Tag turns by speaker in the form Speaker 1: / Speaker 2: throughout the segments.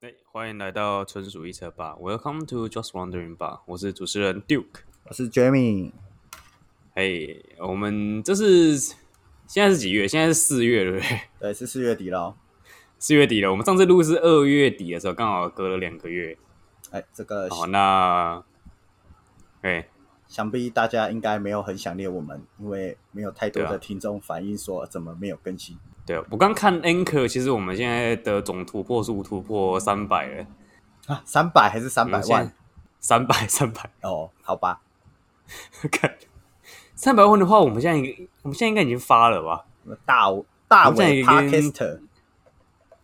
Speaker 1: 哎，欢迎来到纯属一车吧，Welcome to Just Wondering Bar，我是主持人 Duke。
Speaker 2: 我是 Jamie，
Speaker 1: 嘿，我们这是现在是几月？现在是四月，对不对？
Speaker 2: 对，是四月底了哦。
Speaker 1: 四月底了。我们上次录是二月底的时候，刚好隔了两个月。
Speaker 2: 哎，这个
Speaker 1: 好，啊那，哎，
Speaker 2: 想必大家应该没有很想念我们，因为没有太多
Speaker 1: 对啊
Speaker 2: 的听众反映说怎么没有更新。
Speaker 1: 对我刚看 Anchor，其实我们现在的总突破数突破三百了，
Speaker 2: 啊，三百还是三百万？，
Speaker 1: 三百三百，
Speaker 2: 哦，好吧，
Speaker 1: 看三百万的话，我们现在应该我们现在应该已经发了吧？
Speaker 2: 大大
Speaker 1: 我们现在
Speaker 2: 伟
Speaker 1: 已经
Speaker 2: Podcaster，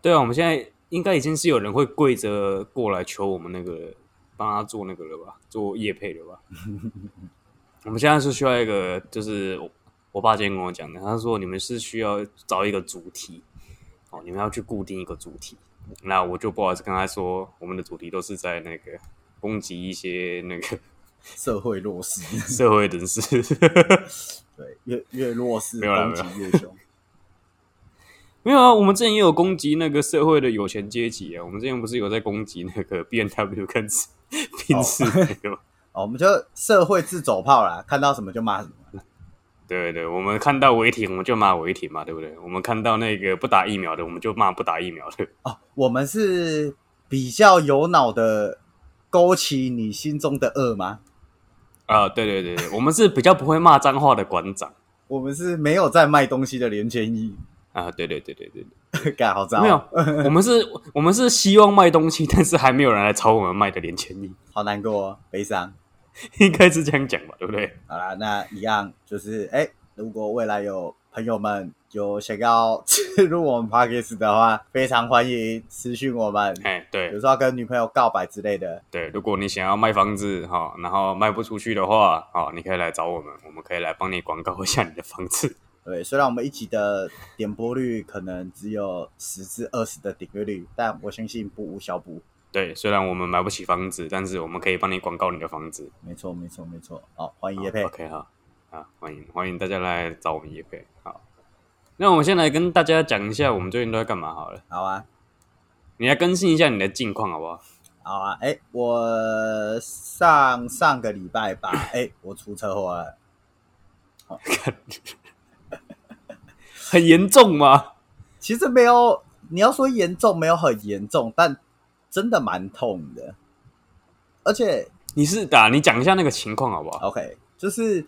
Speaker 1: 对啊，我们现在应该已经是有人会跪着过来求我们那个帮他做那个了吧，做业配了吧。我们现在是需要一个，就是我我爸今天跟我讲的，他说你们是需要找一个主题，哦，你们要去固定一个主题。那我就不好意思跟他说，我们的主题都是在那个攻击一些那个
Speaker 2: 社会 弱势，
Speaker 1: 社会人士。
Speaker 2: 对，越越弱势
Speaker 1: 没有啦
Speaker 2: 攻
Speaker 1: 没
Speaker 2: 击越凶。
Speaker 1: 没有啊，我们之前也有攻击那个社会的有钱阶级啊，我们之前不是有在攻击那个 B N W 跟 宾士那个吗？
Speaker 2: 哦，我们就社会自走炮啦，看到什么就骂什么。
Speaker 1: 对对，我们看到违停，我们就骂违停嘛，对不对？我们看到那个不打疫苗的，我们就骂不打疫苗的。
Speaker 2: 哦，我们是比较有脑的，勾起你心中的恶吗？
Speaker 1: 啊，对对 对，对我们是比较不会骂脏话的馆长
Speaker 2: 我们是没有在卖东西的连千亿，
Speaker 1: 啊，对对对对对，对
Speaker 2: 干好哦糟，
Speaker 1: 没有， 我们是，我们是希望卖东西，但是还没有人来炒我们卖的连千亿，
Speaker 2: 好难过、哦，悲伤。
Speaker 1: 应该是这样讲吧，对不对？
Speaker 2: 好啦，那一样就是，哎、如果未来有朋友们有想要 植入我们 podcast 的话，非常欢迎私讯我们。
Speaker 1: 哎，
Speaker 2: 比如
Speaker 1: 对
Speaker 2: 说要跟女朋友告白之类的，
Speaker 1: 对，如果你想要卖房子哈、然后卖不出去的话，哦，你可以来找我们，我们可以来帮你广告一下你的房子。
Speaker 2: 对，虽然我们一集的点播率可能只有十至二十的点阅率，但我相信不无小补。
Speaker 1: 对，虽然我们买不起房子，但是我们可以帮你广告你的房子。
Speaker 2: 没错，没错，没错。好，欢迎叶佩。
Speaker 1: OK 好啊，欢迎欢迎大家来找我们叶配。好，那我们先来跟大家讲一下我们最近都在干嘛好了。
Speaker 2: 好啊，
Speaker 1: 你来更新一下你的近况好不好？
Speaker 2: 好啊。哎、我上上个礼拜吧，哎、我出车祸了。
Speaker 1: 很严重吗？
Speaker 2: 其实没有，你要说严重没有很严重，但真的蛮痛的。而且
Speaker 1: 你是打你讲一下那个情况好不好？
Speaker 2: ，OK，就是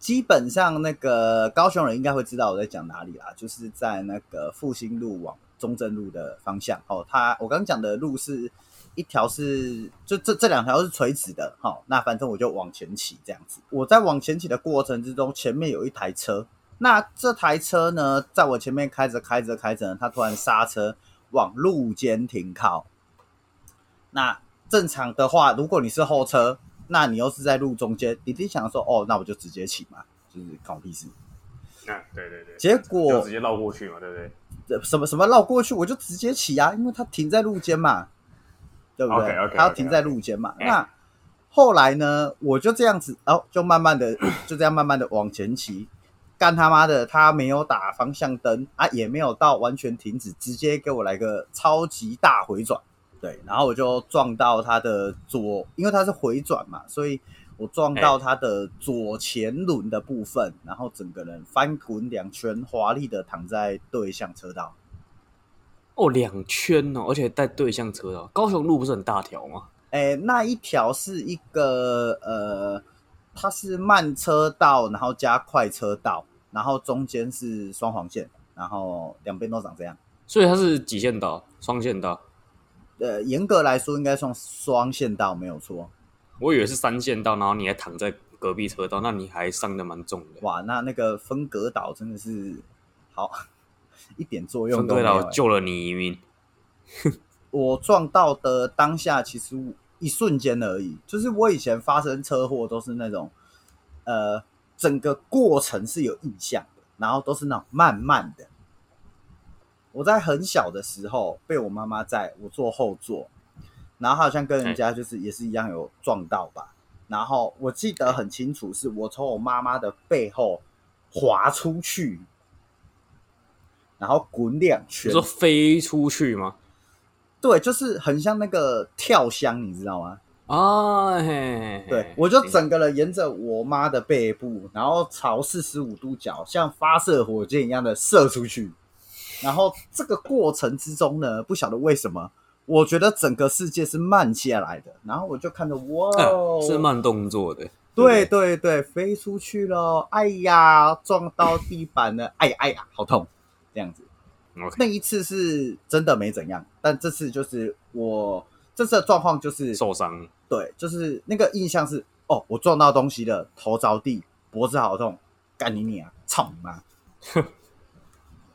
Speaker 2: 基本上那个高雄人应该会知道我在讲哪里啦，就是在那个复兴路往中正路的方向。哦，它我刚讲的路是一条是就这这两条是垂直的，好、那反正我就往前骑这样子。我在往前骑的过程之中，前面有一台车，那这台车呢，在我前面开着开着开着呢，它突然刹车往路肩停靠。那正常的话，如果你是后车，那你又是在路中间，你一定想说，哦，那我就直接骑嘛，就是搞屁事。
Speaker 1: 啊，对对对，
Speaker 2: 结果
Speaker 1: 接绕过去嘛，对不对
Speaker 2: 呃什么什么绕过去，我就直接骑啊，因为它停在路肩嘛，对不对
Speaker 1: OK，OK，OK，OK
Speaker 2: 它要停在路肩嘛。
Speaker 1: 哎
Speaker 2: 那后来呢，我就这样子，哦，就慢慢的 就这样慢慢的往前骑，干他妈的，他没有打方向灯啊，也没有到完全停止，直接给我来个超级大回转，对，然后我就撞到他的左，因为它是回转嘛，所以。我撞到他的左前轮的部分，然后整个人翻滚两圈，华丽的躺在对向车道。
Speaker 1: 哦，两圈哦，而且带对向车的哦。高雄路不是很大条吗？
Speaker 2: 哎、那一条是一个呃，它是慢车道，然后加快车道，然后中间是双黄线，然后两边都长这样。
Speaker 1: 所以它是几线道，双线道。
Speaker 2: 呃，严格来说应该算双线道没有错。
Speaker 1: 我以为是三线道，然后你还躺在隔壁车道，那你还伤的蛮重的。
Speaker 2: 哇，那那个分隔岛真的是好 一点作用
Speaker 1: 分
Speaker 2: 都没
Speaker 1: 队
Speaker 2: 有、
Speaker 1: 佬
Speaker 2: 欸。
Speaker 1: 救了你一命。
Speaker 2: 我撞到的当下，其实一瞬间而已。就是我以前发生车祸都是那种，呃，整个过程是有印象的，然后都是那种慢慢的。我在很小的时候被我妈妈载，我坐后座，然后好像跟人家就是也是一样有撞到吧。然后我记得很清楚，是我从我妈妈的背后滑出去，然后滚两
Speaker 1: 你
Speaker 2: 圈
Speaker 1: 说。飞出去吗？
Speaker 2: 对，就是很像那个跳箱，你知道吗？
Speaker 1: 啊，嘿嘿嘿
Speaker 2: 对，我就整个人沿着我妈的背部，然后朝四十五度角，像发射火箭一样的射出去。然后这个过程之中呢，不晓得为什么，我觉得整个世界是慢下来的。然后我就看着，哇哦、
Speaker 1: 呃是慢动作的，
Speaker 2: 对
Speaker 1: 不
Speaker 2: 对对，飞出去了，哎呀，撞到地板了，哎呀哎呀，好痛，这样子。
Speaker 1: 对，OK，
Speaker 2: 那一次是真的没怎样，但这次就是我这次的状况就是
Speaker 1: 受伤，
Speaker 2: 对，就是那个印象是哦，我撞到东西了，头着地，脖子好痛，干你娘，操你妈！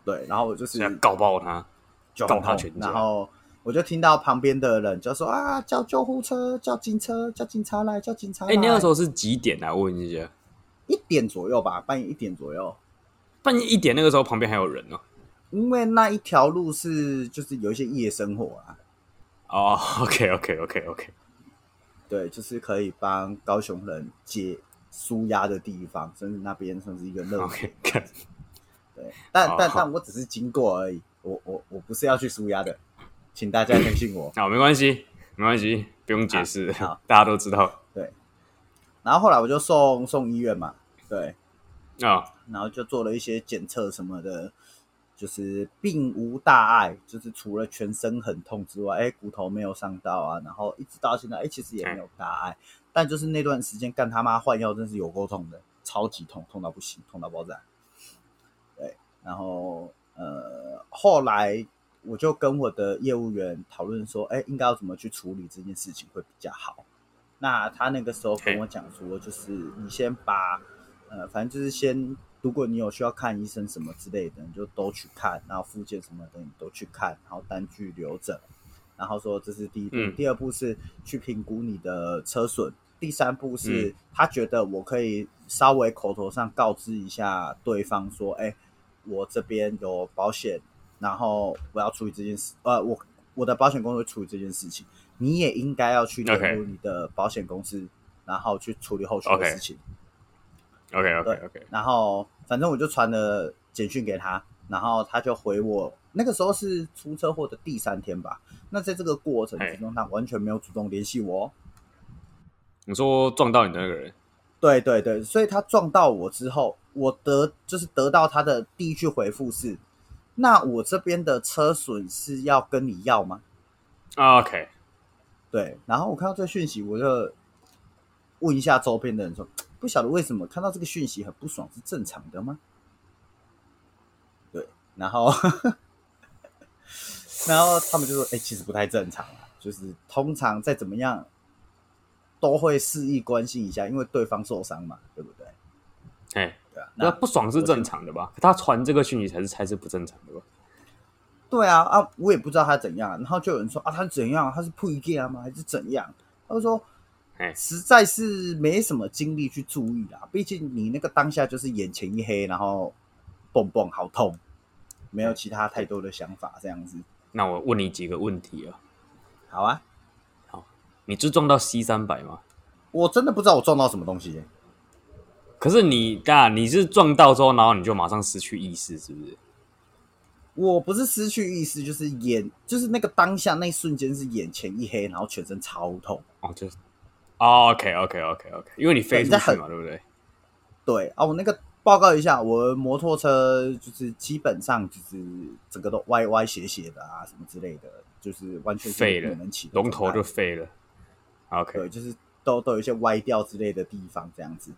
Speaker 2: 对，然后我就是
Speaker 1: 现在告爆他，
Speaker 2: 就很
Speaker 1: 告他
Speaker 2: 痛
Speaker 1: 全家
Speaker 2: 然后我就听到旁边的人就说啊，叫救护车，叫警车，叫警察来，叫警察来。
Speaker 1: 哎，你那个时候是几点啊？我问一下，
Speaker 2: 一点左右吧，半夜一点左右，
Speaker 1: 半夜一点那个时候旁边还有人哦呢。
Speaker 2: 因为那一条路是就是有一些夜生活啊，
Speaker 1: 哦，OK OK OK OK，
Speaker 2: 对，就是可以帮高雄人解舒压的地方，甚至那边算是一个乐
Speaker 1: OK，看，
Speaker 2: 对，但
Speaker 1: 好
Speaker 2: 但
Speaker 1: 好。
Speaker 2: 但我只是经过而已，我我我不是要去舒压的，请大家相信我
Speaker 1: 好，没关系，没关系，不用解释
Speaker 2: 啊好好，
Speaker 1: 大家都知道
Speaker 2: 然后后来我就送送医院嘛，对，
Speaker 1: 啊。
Speaker 2: 然后就做了一些检测什么的，就是并无大碍，就是除了全身很痛之外，哎，骨头没有伤到啊，然后一直到现在，哎，其实也没有大碍，但就是那段时间干他妈换药真是有够痛的，超级痛，痛到不行，痛到爆炸。对，然后呃，后来我就跟我的业务员讨论说，哎，应该要怎么去处理这件事情会比较好。那他那个时候跟我讲说，就是你先把呃，反正就是先，如果你有需要看医生什么之类的，你就都去看，然后复健什么的你都去看，然后单据留着，然后说这是第一步，
Speaker 1: 嗯
Speaker 2: 第二步是去评估你的车损，第三步
Speaker 1: 嗯
Speaker 2: 是他觉得我可以稍微口头上告知一下对方说，哎、我这边有保险，然后我要处理这件事，呃，我我的保险公司会处理这件事情，你也应该要去联络
Speaker 1: OK
Speaker 2: 你的保险公司然后去处理后续的
Speaker 1: OK
Speaker 2: 事情。
Speaker 1: OK OK OK，
Speaker 2: 然后反正我就传了简讯给他，然后他就回我。那个时候是出车祸的第三天吧？那在这个过程之中，他完全没有主动联系我哦。
Speaker 1: 你说撞到你的那个人，
Speaker 2: 对对对，所以他撞到我之后，我得就是得到他的第一句回复是：“那我这边的车损是要跟你要吗
Speaker 1: 啊 OK，？”
Speaker 2: 对，然后我看到这个讯息，我就问一下周边的人说：“不晓得为什么看到这个讯息很不爽，是正常的吗？”对，然后 然后他们就说：“哎、其实不太正常啊，就是通常再怎么样都会示意关心一下，因为对方受伤嘛，对不对？
Speaker 1: 哎，
Speaker 2: 对啊，那
Speaker 1: 那不爽是正常的吧？他传这个讯息才是才是不正常的吧？
Speaker 2: 对啊啊，我也不知道他怎样，然后就有人说啊，他怎样？他是不一定吗？还是怎样？他就说
Speaker 1: 哎，
Speaker 2: 实在是没什么精力去注意啦，毕竟你那个当下就是眼前一黑，然后蹦蹦好痛，没有其他太多的想法这样子。
Speaker 1: 那我问你几个问题啊，
Speaker 2: 好啊，
Speaker 1: 你就撞到 C 三百吗？
Speaker 2: 我真的不知道我撞到什么东西耶、
Speaker 1: 可是你，大你是撞到之后，然后你就马上失去意识，是不是？
Speaker 2: 我不是失去意识，就是眼，就是那个当下那一瞬间是眼前一黑，然后全身超痛。
Speaker 1: 哦，就是、哦、，OK OK OK OK，因为你飞出去嘛，对不对？
Speaker 2: 对啊，我那个报告一下，我摩托车就是基本上就是整个都歪歪斜斜的啊，什么之类的，就是完全是
Speaker 1: 废了
Speaker 2: 不能骑的
Speaker 1: 龙头
Speaker 2: 状态
Speaker 1: 就飞了。OK，
Speaker 2: 对，就是都都有一些歪掉之类的地方这样子。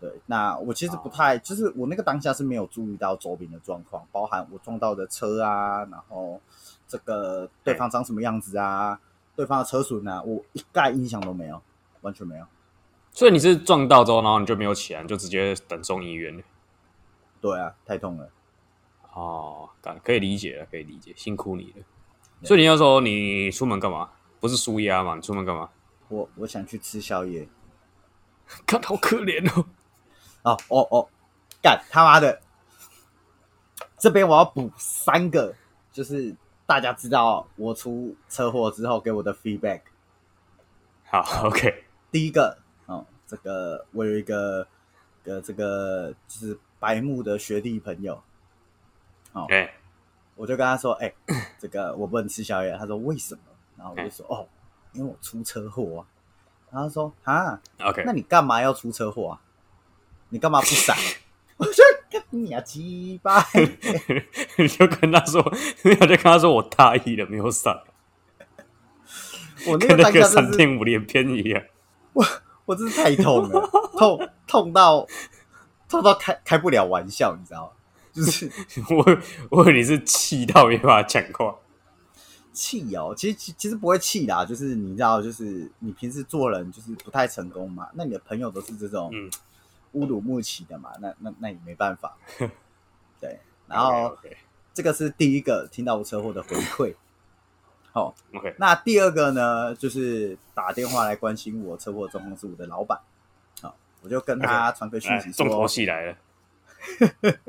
Speaker 2: 对，那我其实不太，就是我那个当下是没有注意到周边的状况，包含我撞到的车啊，然后这个对方长什么样子啊，对方的车损啊，我一概印象都没有，完全没有。
Speaker 1: 所以你是撞到之后，然后你就没有起来，你就直接等送医院了。
Speaker 2: 对啊，太痛了。
Speaker 1: 哦，干可以理解了，可以理解，辛苦你了。所以你要说你出门干嘛？不是舒压嘛？你出门干嘛？
Speaker 2: 我我想去吃宵夜，
Speaker 1: 看好可怜哦。
Speaker 2: 哦哦哦，干他妈的！这边我要补三个，就是大家知道我出车祸之后给我的 feedback。
Speaker 1: 好，OK，
Speaker 2: 第一个，哦，这个我有一个呃，这个就是白木的学弟朋友，
Speaker 1: 哎、
Speaker 2: 我就跟他说：“哎、这个我不能吃宵夜。”他说：“为什么？”然后我就说：“哦，因为我出车祸啊。”然后他说：“啊，
Speaker 1: OK，
Speaker 2: 那你干嘛要出车祸啊？你干嘛不闪？”我说：“干你啊，鸡巴！”
Speaker 1: 你 就跟他说，我就跟他说我大意了，没有闪，
Speaker 2: 我那
Speaker 1: 跟
Speaker 2: 个
Speaker 1: 那
Speaker 2: 当
Speaker 1: 个
Speaker 2: 下真
Speaker 1: 三
Speaker 2: 是
Speaker 1: 点五连篇一样。
Speaker 2: 我真是太痛了，痛痛到痛到开开不了玩笑，你知道吗？就是
Speaker 1: 我我以为你是气到没办法讲话，
Speaker 2: 气哦，其实其其实不会气啦，就是你知道，就是你平时做人就是不太成功嘛，那你的朋友都是这种
Speaker 1: 嗯
Speaker 2: 乌鲁木齐的嘛，那那那也没办 法。对，然后
Speaker 1: OK
Speaker 2: 这个是第一个听到我车祸的回馈。好、
Speaker 1: OK，
Speaker 2: 那第二个呢，就是打电话来关心我车祸状况是我的老板，好、我就跟他传个讯
Speaker 1: 哎
Speaker 2: 息，说，
Speaker 1: 重头戏来了，
Speaker 2: 跟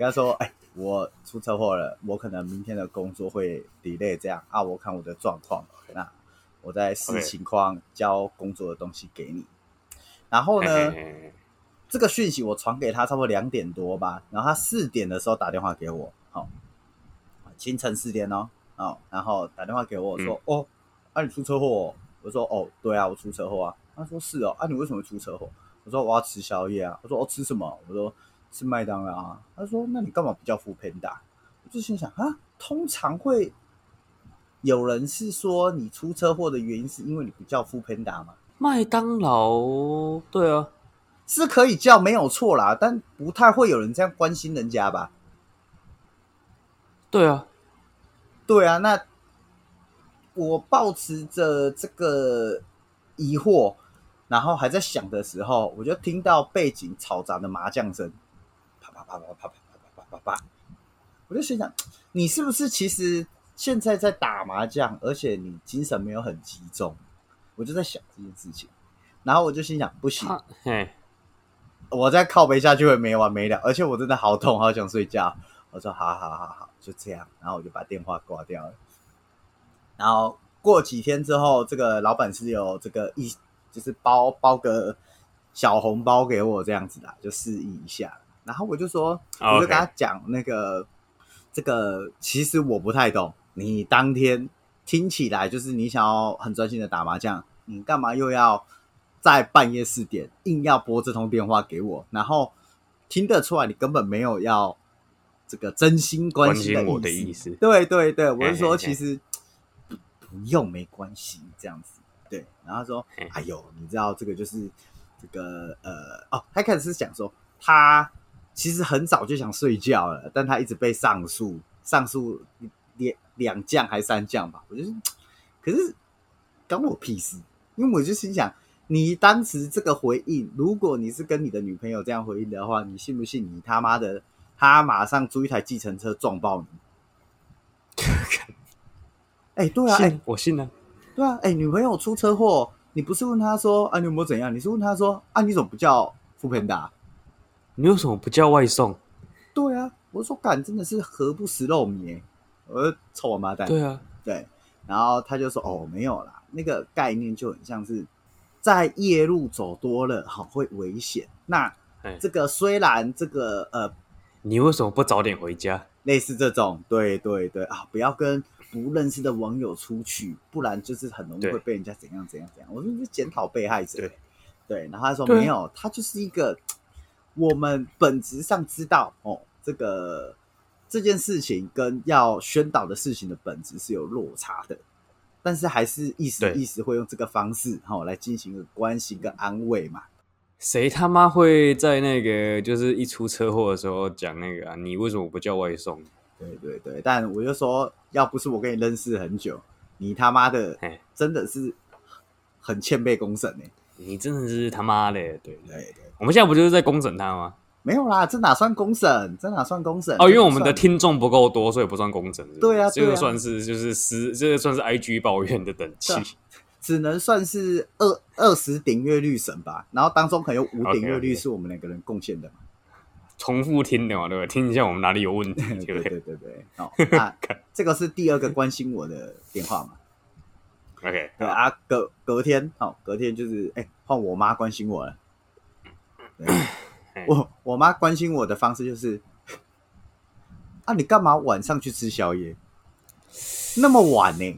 Speaker 2: 他说：“哎、我出车祸了，我可能明天的工作会 delay 这样啊，我看我的状况，那我再视
Speaker 1: OK
Speaker 2: 情况交工作的东西给你。”然后
Speaker 1: 嘿
Speaker 2: 呢
Speaker 1: 嘿，嘿
Speaker 2: 这个讯息我传给他差不多两点多吧，然后他四点的时候打电话给我，好、清晨四点哦，哦，然后打电话给我，我说：“哦，啊你出车祸、哦？”我说：“哦，对啊，我出车祸啊。”他说：“是哦，啊你为什么会出车祸？”我说：“我要吃宵夜啊。”我说：“哦，吃什么？”我说：“吃麦当劳啊。”他说：“那你干嘛不叫 f o o Panda？” 我就心想啊，通常会有人是说你出车祸的原因是因为你不叫 f o o Panda 吗？
Speaker 1: 麦当劳，对啊，
Speaker 2: 是可以叫没有错啦，但不太会有人这样关心人家吧？
Speaker 1: 对啊，
Speaker 2: 对啊，那我抱持着这个疑惑，然后还在想的时候，我就听到背景嘈杂的麻将声，啪啪啪啪啪啪啪啪啪啪啪，我就心想，你是不是其实现在在打麻将，而且你精神没有很集中？我就在想这件事情，然后我就心想，不行，
Speaker 1: 他嘿，
Speaker 2: 我再靠背下去会没完没了，而且我真的好痛，好想睡觉。我说好好好好，就这样，然后我就把电话挂掉了。然后过几天之后，这个老板是有这个一就是包包个小红包给我这样子的，就示意一下。然后我就说，
Speaker 1: 哦
Speaker 2: 我就跟他讲那个这个其实我不太懂，你当天听起来就是你想要很专心的打麻将，你干嘛又要在半夜四点硬要拨这通电话给我？然后听得出来你根本没有要这个真心关
Speaker 1: 关
Speaker 2: 心
Speaker 1: 心我
Speaker 2: 的
Speaker 1: 的
Speaker 2: 意
Speaker 1: 意
Speaker 2: 思。
Speaker 1: 思，
Speaker 2: 对对对，我
Speaker 1: 嘿
Speaker 2: 是
Speaker 1: 嘿
Speaker 2: 说
Speaker 1: 嘿
Speaker 2: 其实不不用没关系这样子。对，然后他说
Speaker 1: 嘿，
Speaker 2: 哎呦，你知道这个就是这个呃哦，他开始是讲说他其实很早就想睡觉了，但他一直被上诉，上诉两两降还三降吧，我就是，可是关我屁事，因为我就心想。你当时这个回应，如果你是跟你的女朋友这样回应的话，你信不信你他妈的，他马上租一台计程车撞爆你？ 哎、对啊，哎、
Speaker 1: 信我信了，
Speaker 2: 对啊，哎、女朋友出车祸，你不是问她说啊你有没有怎样？你是问她说啊你怎么不叫副平达？
Speaker 1: 你为什么不叫外送？
Speaker 2: 对啊，我说干真的是何不食肉糜、欸，我就臭王八蛋。
Speaker 1: 对啊，
Speaker 2: 对，然后他就说哦没有啦，那个概念就很像是在夜路走多了，好会危险。那
Speaker 1: 哎，
Speaker 2: 这个虽然这个呃
Speaker 1: 你为什么不早点回家？
Speaker 2: 类似这种，对对对啊，不要跟不认识的网友出去，不然就是很容易
Speaker 1: 对
Speaker 2: 会被人家怎样怎样怎样。我说你是检讨被害者，
Speaker 1: 对
Speaker 2: 对然后他说
Speaker 1: 对啊
Speaker 2: 没有，他就是一个我们本质上知道哦，这个这件事情跟要宣导的事情的本质是有落差的，但是还是意思
Speaker 1: 对
Speaker 2: 意思会用这个方式哦来进行一个关心跟安慰嘛。
Speaker 1: 谁他妈会在那个就是一出车祸的时候讲那个啊？你为什么不叫外送？
Speaker 2: 对对对，但我就说，要不是我跟你认识很久，你他妈的
Speaker 1: 嘿
Speaker 2: 真的是很欠被公审呢、欸
Speaker 1: 你真的是他妈的，对
Speaker 2: 对对，
Speaker 1: 我们现在不就是在公审他吗？
Speaker 2: 没有啦，这哪算公审？这哪算公审？
Speaker 1: 哦，因为我
Speaker 2: 这
Speaker 1: 们的
Speaker 2: 不算
Speaker 1: 听众不够多，所以不算工整。是不是
Speaker 2: 对啊对啊
Speaker 1: 这个算是就是私，这个算是 IG 抱怨的等级
Speaker 2: 对。啊只能算是二二十顶阅率审吧，然后当中可能有五
Speaker 1: OK，OK
Speaker 2: 顶阅率是我们两个人贡献的嘛。
Speaker 1: 重复听的嘛，对不对？听一下我们哪里有问题， 对
Speaker 2: 对
Speaker 1: 不对
Speaker 2: 对对对，哦， 那这个是第二个关心我的电话嘛？
Speaker 1: ？OK，
Speaker 2: 对啊，隔隔天哦，隔天就是哎，换、我妈关心我了。 对我我妈关心我的方式就是，啊，你干嘛晚上去吃宵夜？那么晚呢、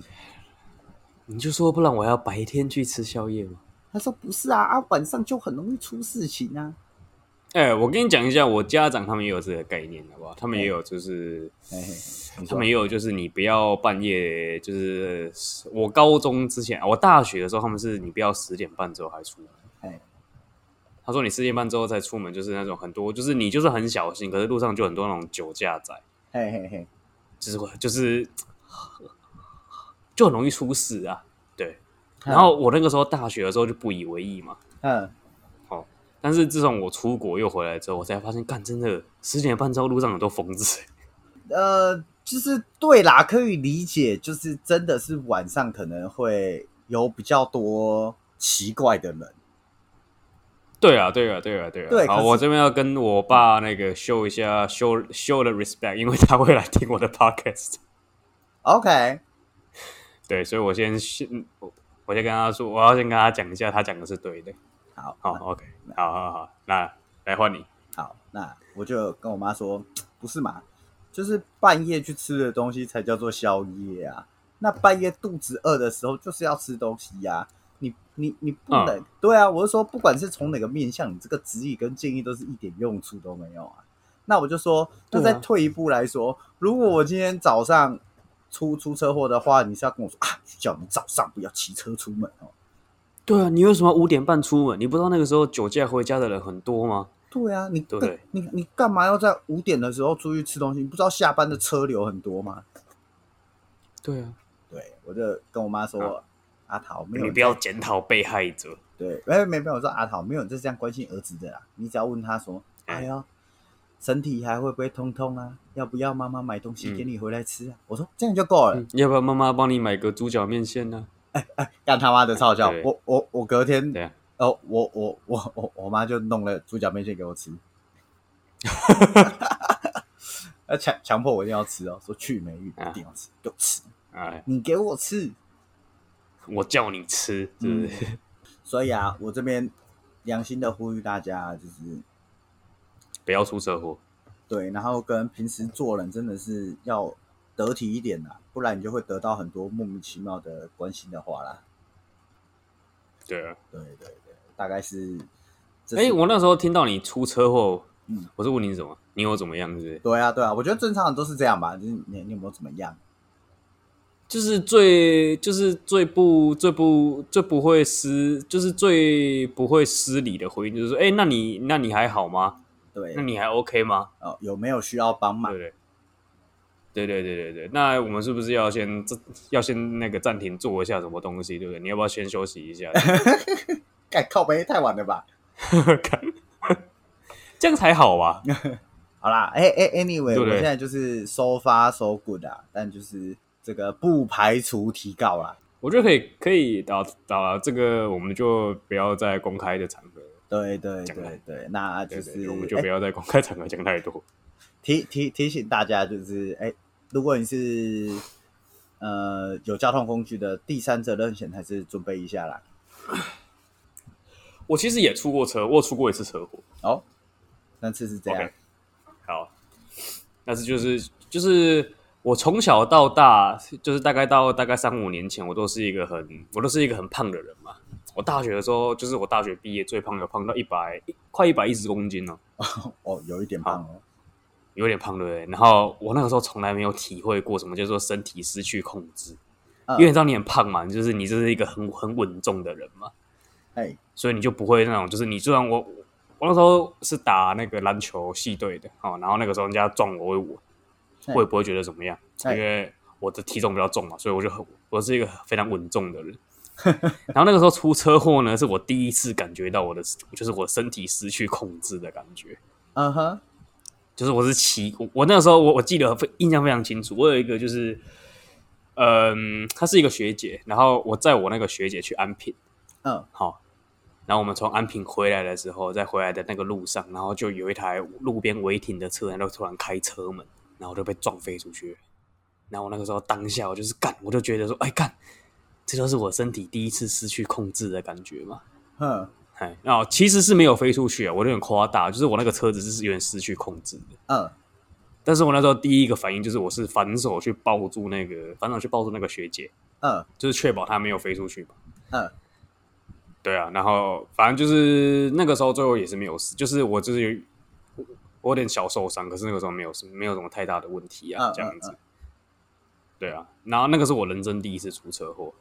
Speaker 1: 你就说不然我还要白天去吃宵夜吗？
Speaker 2: 他说不是啊，啊晚上就很容易出事情啊。
Speaker 1: 哎、我跟你讲一下，我家长他们也有这个概念，好不好？他们也有就是。
Speaker 2: 嘿嘿，
Speaker 1: 他
Speaker 2: 你说
Speaker 1: 们也有，就是你不要半夜，就是我高中之前，我大学的时候，他们是你不要十点半之后还出门。
Speaker 2: 哎
Speaker 1: 他说你十点半之后才出门，就是那种很多，就是你就是很小心，可是路上就很多那种酒驾仔，
Speaker 2: 嘿嘿嘿，
Speaker 1: 就是会就是就很容易出事啊。对，然后我那个时候大学的时候就不以为意嘛，
Speaker 2: 嗯，
Speaker 1: 但是自从我出国又回来之后，我才发现，干真的十点半之后路上很多疯子。
Speaker 2: 呃，就是对啦，可以理解，就是真的是晚上可能会有比较多奇怪的人。
Speaker 1: 对啊，对啊，对啊，对啊。
Speaker 2: 对可
Speaker 1: 好，
Speaker 2: 是
Speaker 1: 我这边要跟我爸那个秀一下秀秀的 respect，因为他会来听我的 podcast。
Speaker 2: OK，
Speaker 1: 对，所以我先先我先跟他说，我要先跟他讲一下，他讲的是对的。
Speaker 2: 好，
Speaker 1: 好，OK，好好好，那来换你。
Speaker 2: 好，那我就跟我妈说，不是嘛，就是半夜去吃的东西才叫做宵夜啊。那半夜肚子饿的时候，就是要吃东西呀、你你你不能、
Speaker 1: 嗯
Speaker 2: 对啊，我是说，不管是从哪个面向，你这个指引跟建议都是一点用处都没有啊。那我就说，那
Speaker 1: 对啊
Speaker 2: 再退一步来说，如果我今天早上出出车祸的话，你是要跟我说啊，叫你早上不要骑车出门哦。
Speaker 1: 对啊，你为什么五点半出门？你不知道那个时候酒驾回家的人很多吗？
Speaker 2: 对啊，你
Speaker 1: 对不对
Speaker 2: 你你干嘛要在五点的时候出去吃东西？你不知道下班的车流很多吗？
Speaker 1: 对啊，
Speaker 2: 对，我就跟我妈说，阿桃没有
Speaker 1: 你
Speaker 2: 人
Speaker 1: 不要检讨被害者。
Speaker 2: 对，没没没有，我说阿桃没有人在这样关心儿子的啦。你只要问他说，
Speaker 1: 嗯
Speaker 2: 哎呦，身体还会不会通通啊？要不要妈妈买东西给你回来吃啊？我说这样就够了
Speaker 1: 嗯，，要不要妈妈帮你买个猪脚面线呢、
Speaker 2: 干他妈的超笑
Speaker 1: 对！
Speaker 2: 我我我隔天
Speaker 1: 对啊，
Speaker 2: 哦，我我我我我妈就弄了猪脚面线给我 吃，呃强强迫我一定要吃哦，说去美玉
Speaker 1: 啊
Speaker 2: 一定要吃，给我吃，
Speaker 1: 哎，
Speaker 2: 你给我吃。
Speaker 1: 我叫你吃，是不是？
Speaker 2: 所以啊，我这边良心的呼吁大家，啊就是
Speaker 1: 不要出车祸。
Speaker 2: 对，然后跟平时做人真的是要得体一点啦，不然你就会得到很多莫名其妙的关心的话啦。
Speaker 1: 对啊。
Speaker 2: 对对对，大概是这
Speaker 1: 哎、
Speaker 2: 是
Speaker 1: 我那时候听到你出车祸，
Speaker 2: 嗯
Speaker 1: 我是问你什么？你有怎么样？是不是？
Speaker 2: 对啊对啊，我觉得正常人都是这样吧，就是你你有没有怎么样？
Speaker 1: 就是最就是最不最不最不会失，就是最不会失礼的回应，就是说，哎、那你那你还好吗？
Speaker 2: 对
Speaker 1: 那，你还 OK 吗？
Speaker 2: 哦，有没有需要帮
Speaker 1: 嗯对
Speaker 2: 忙
Speaker 1: 不？对？对对对对对，那我们是不是要先这要先那个暂停做一下什么东西，对不对？你要不要先休息一下？
Speaker 2: 干靠背太晚了吧？
Speaker 1: 看这样才好吧？
Speaker 2: 好啦，哎、哎、a n y w a y
Speaker 1: 对不
Speaker 2: 我
Speaker 1: 对
Speaker 2: 现在就是收发收 good 啊，但就是这个不排除提告啦。
Speaker 1: 我觉得可以可以打打这个，我们就不要在公开的场合，
Speaker 2: 对对
Speaker 1: 讲了
Speaker 2: 对对，那就
Speaker 1: 对
Speaker 2: 是
Speaker 1: 对对，我们就
Speaker 2: 哎
Speaker 1: 不要在公开场合讲太多。
Speaker 2: 提提提醒大家，就是哎、如果你是呃有交通工具的第三者任险，还是准备一下啦。
Speaker 1: 我其实也出过车，我有出过一次车祸。
Speaker 2: 哦，那次是这样
Speaker 1: OK，好，但是就是就是我从小到大，就是大概到大概三五年前，我都是一个很我都是一个很胖的人嘛。我大学的时候，就是我大学毕业最胖，有胖到一百快一百一十公斤了、
Speaker 2: 哦，有一点胖哦。
Speaker 1: 有点胖，对不对？然后我那个时候从来没有体会过什么叫做身体失去控制，
Speaker 2: 嗯
Speaker 1: 因为你知道你很胖嘛，就是你就是一个很很稳重的人嘛，
Speaker 2: 哎
Speaker 1: 所以你就不会那种，就是你虽然我我那时候是打那个篮球系队的哦，然后那个时候人家撞我，我
Speaker 2: 哎
Speaker 1: 我也不会觉得怎么样，因
Speaker 2: 哎
Speaker 1: 为我的体重比较重嘛，所以我就很我是一个非常稳重的人。 然后那个时候出车祸呢，是我第一次感觉到我的就是我身体失去控制的感觉。
Speaker 2: 嗯哼，
Speaker 1: 就是我是骑，我我那个时候我我记得非印象非常清楚，我有一个就是，嗯，她是一个学姐，然后我载我那个学姐去安平，
Speaker 2: 嗯，
Speaker 1: 好，然后我们从安平回来的时候，在回来的那个路上，然后就有一台路边违停的车，然后突然开车门，然后我就被撞飞出去，然后我那个时候当下我就是干，我就觉得说，哎干，这就是我身体第一次失去控制的感觉嘛。
Speaker 2: 哼，
Speaker 1: 哎，哦，其实是没有飞出去啊，我有点夸大，就是我那个车子是有点失去控制的。
Speaker 2: 嗯，
Speaker 1: 但是我那时候第一个反应就是我是反手去抱住那个，反手去抱住那个学姐，
Speaker 2: 嗯
Speaker 1: 就是确保她没有飞出去嘛。
Speaker 2: 嗯
Speaker 1: 对啊，然后反正就是那个时候最后也是没有事，就是我就是有我我有点小受伤，可是那个时候没有什没有什么太大的问题啊，
Speaker 2: 嗯
Speaker 1: 这样子。对啊，然后那个是我人生第一次出车祸，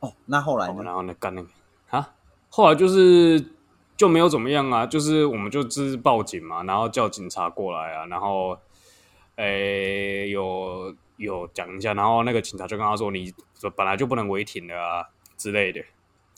Speaker 2: 哦，那后来
Speaker 1: 哦
Speaker 2: 呢？
Speaker 1: 然后呢干那个啊，后来就是就没有怎么样啊，就是我们就只是报警嘛，然后叫警察过来啊，然后诶、有有讲一下，然后那个警察就跟他说你本来就不能违停的啊之类
Speaker 2: 嗯
Speaker 1: 的，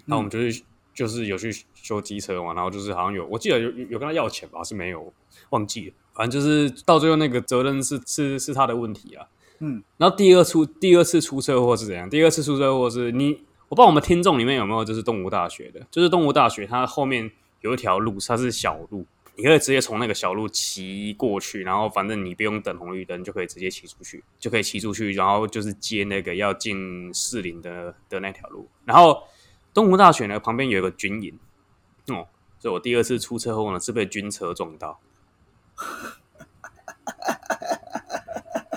Speaker 1: 那我们就是、就是有去修机车嘛，然后就是好像有我记得有有有跟他要钱吧，是没有忘记了，反正就是到最后那个责任是是是他的问题啊。
Speaker 2: 嗯，
Speaker 1: 然后第二出第二次出车祸是怎样？第二次出车祸是你，我不知道我们听众里面有没有就是动物大学的，就是动物大学它后面有一条路，它是小路，你可以直接从那个小路骑过去，然后反正你不用等红绿灯就可以直接骑出去，就可以骑出去，然后就是接那个要进士林的的那条路。然后东湖大学呢旁边有一个军营，哦，所以我第二次出车祸呢是被军车撞到。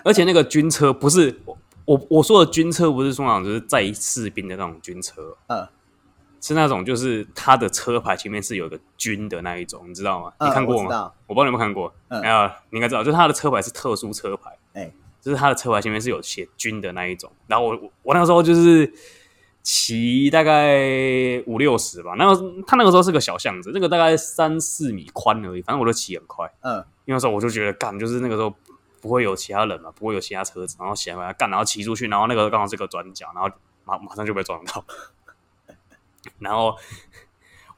Speaker 1: 而且那个军车不是我我我说的军车，不是说那种就是载士兵的那种军车哦，
Speaker 2: 嗯
Speaker 1: 是那种就是它的车牌前面是有一个军的那一种，你知道吗？
Speaker 2: 嗯，
Speaker 1: 你看过
Speaker 2: 我知
Speaker 1: 吗？
Speaker 2: 道，
Speaker 1: 我不知道你有没有看过，
Speaker 2: 嗯
Speaker 1: 啊，你应该知道，就是它的车牌是特殊车牌，
Speaker 2: 哎
Speaker 1: 就是它的车牌前面是有写军的那一种。然后我我我那个时候就是骑大概五六十吧，那个它那个时候是个小巷子，那个大概三四米宽而已，反正我都骑很快。
Speaker 2: 嗯
Speaker 1: 因为那时候我就觉得干，就是那个时候不会有其他人嘛，不会有其他车子，然后想把它干，然后骑出去，然后那个刚好是个转角，然后马马上就被撞到。 然后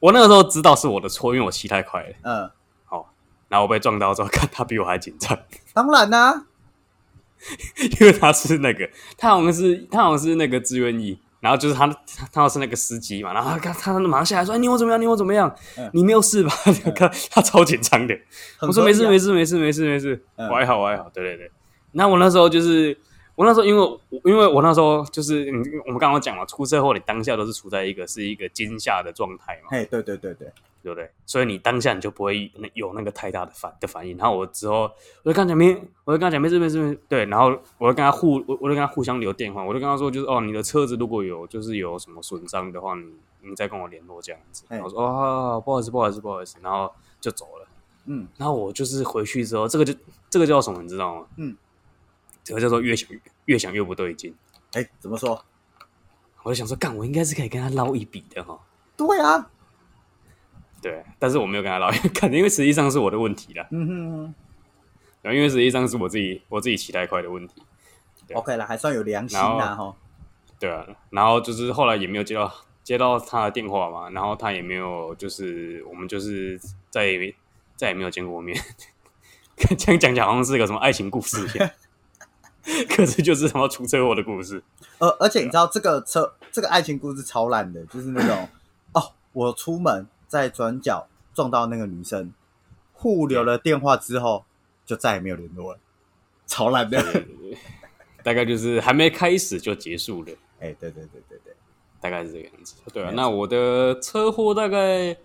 Speaker 1: 我那个时候知道是我的错，因为我骑太快了。
Speaker 2: 嗯，
Speaker 1: 然后我被撞到之后，看他比我还紧张，
Speaker 2: 当然啦，
Speaker 1: 因为他是那个，他好像是他好像是那个志愿役，然后就是他他他好像是那个司机嘛，然后他他马上下来说、哎你我怎么样，你我怎么样
Speaker 2: 嗯，
Speaker 1: 你没有事吧？ 他他超紧张的，
Speaker 2: 很
Speaker 1: 我说
Speaker 2: 合
Speaker 1: 没
Speaker 2: 理
Speaker 1: 事
Speaker 2: 啊
Speaker 1: 没事没事没事没事，
Speaker 2: 嗯
Speaker 1: 我还好我还好，对对对。那我那时候就是我那时候因为我因为我那时候就是你我们刚刚讲嘛，出车祸你当下都是处在一个是一个惊吓的状态嘛，
Speaker 2: 嘿，对对对对，
Speaker 1: 对不对？所以你当下你就不会那有那个太大的反的反应。然后我之后我就跟他讲没，我就跟他讲没事没事没事，对。然后我就跟他互我我就跟他互相留电话，我就跟他说就是哦，你的车子如果有就是有什么损伤的话，你你再跟我联络这样子。
Speaker 2: 嘿
Speaker 1: 然后我说哦好好好，不好意思不好意思不好意思，然后就走了。
Speaker 2: 嗯
Speaker 1: 然后我就是回去之后，这个就这个叫什么，你知道吗？
Speaker 2: 嗯，
Speaker 1: 这个叫做越想越越想越不对劲。
Speaker 2: 哎，怎么说？
Speaker 1: 我就想说，干，我应该是可以跟他捞一笔的哈。
Speaker 2: 对啊，
Speaker 1: 对，但是我没有跟他捞，干，因为实际上是我的问题啦。
Speaker 2: 嗯哼哼
Speaker 1: 然后因为实际上是我自己我自己骑太快的问题。对
Speaker 2: ，OK 啦，还算有良心
Speaker 1: 然
Speaker 2: 啦哈。
Speaker 1: 对啊，然后就是后来也没有接到接到他的电话嘛，然后他也没有就是我们就是再也没再也没有见过面。 这样讲讲好像是个什么爱情故事一样，可是就是什么出车祸的故事。
Speaker 2: 而呃而且你知道这个车这个爱情故事超烂的，就是那种哦，我出门在转角撞到那个女生，互留了电话之后就再也没有联络了，超烂的。
Speaker 1: 大概就是还没开始就结束了，
Speaker 2: 哎、对对对对对，
Speaker 1: 大概是这个样子。对啊
Speaker 2: 没，错
Speaker 1: 那我的车祸大概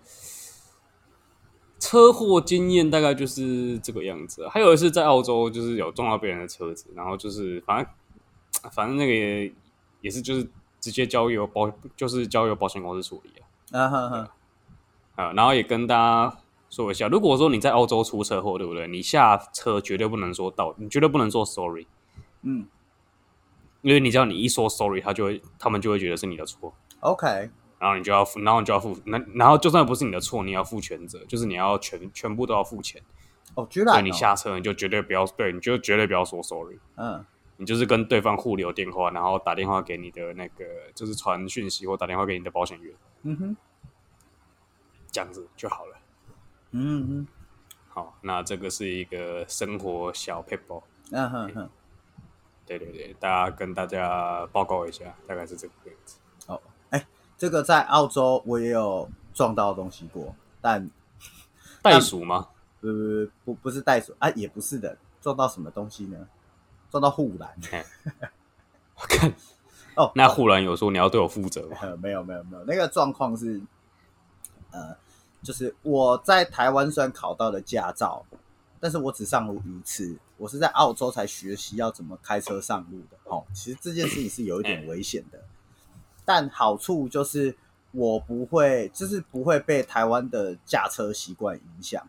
Speaker 1: 车祸经验大概就是这个样子啊。还有一次在澳洲，就是有撞到别人的车子，然后就是反正反正那个也也是就是直接交由保就是交由保险公司处理啊。
Speaker 2: 啊哈哈，
Speaker 1: 啊，然后也跟大家说一下，如果说你在澳洲出车祸，对不对？你下车绝对不能说道，你绝对不能说 sorry，
Speaker 2: 嗯
Speaker 1: 因为你只要你一说 sorry，他就会他们就会觉得是你的错，
Speaker 2: ，OK，
Speaker 1: 然后你就要负，然后你就要负，那然后就算不是你的错，你也要负全责，就是你要全全部都要付钱。
Speaker 2: 哦，居
Speaker 1: 所以
Speaker 2: 然、
Speaker 1: 你
Speaker 2: 哦，
Speaker 1: 下车你就绝对不要，对，你就绝对不要说 sorry，
Speaker 2: 嗯
Speaker 1: 你就是跟对方互留电话，然后打电话给你的那个，就是传讯息或打电话给你的保险员，
Speaker 2: 嗯哼，
Speaker 1: 这样子就好了。
Speaker 2: 嗯哼，
Speaker 1: 好，那这个是一个生活小 p a p e
Speaker 2: 嗯哼哼，
Speaker 1: 对对对，大家跟大家报告一下，大概是这个样子。
Speaker 2: 哦，哎、这个在澳洲我也有撞到东西过，但
Speaker 1: 袋鼠吗？
Speaker 2: 不不不不是袋鼠啊，也不是的，撞到什么东西呢？撞到护栏。嗯
Speaker 1: 我看
Speaker 2: 哦
Speaker 1: 那护栏有说你要对我负责吗？
Speaker 2: 呃，没有没有没有，那个状况是，呃，就是我在台湾虽然考到了驾照，但是我只上路一次，我是在澳洲才学习要怎么开车上路的。哦，其实这件事情是有一
Speaker 1: 嗯
Speaker 2: 点危险的，但好处就是我不会，就是不会被台湾的驾车习惯影响，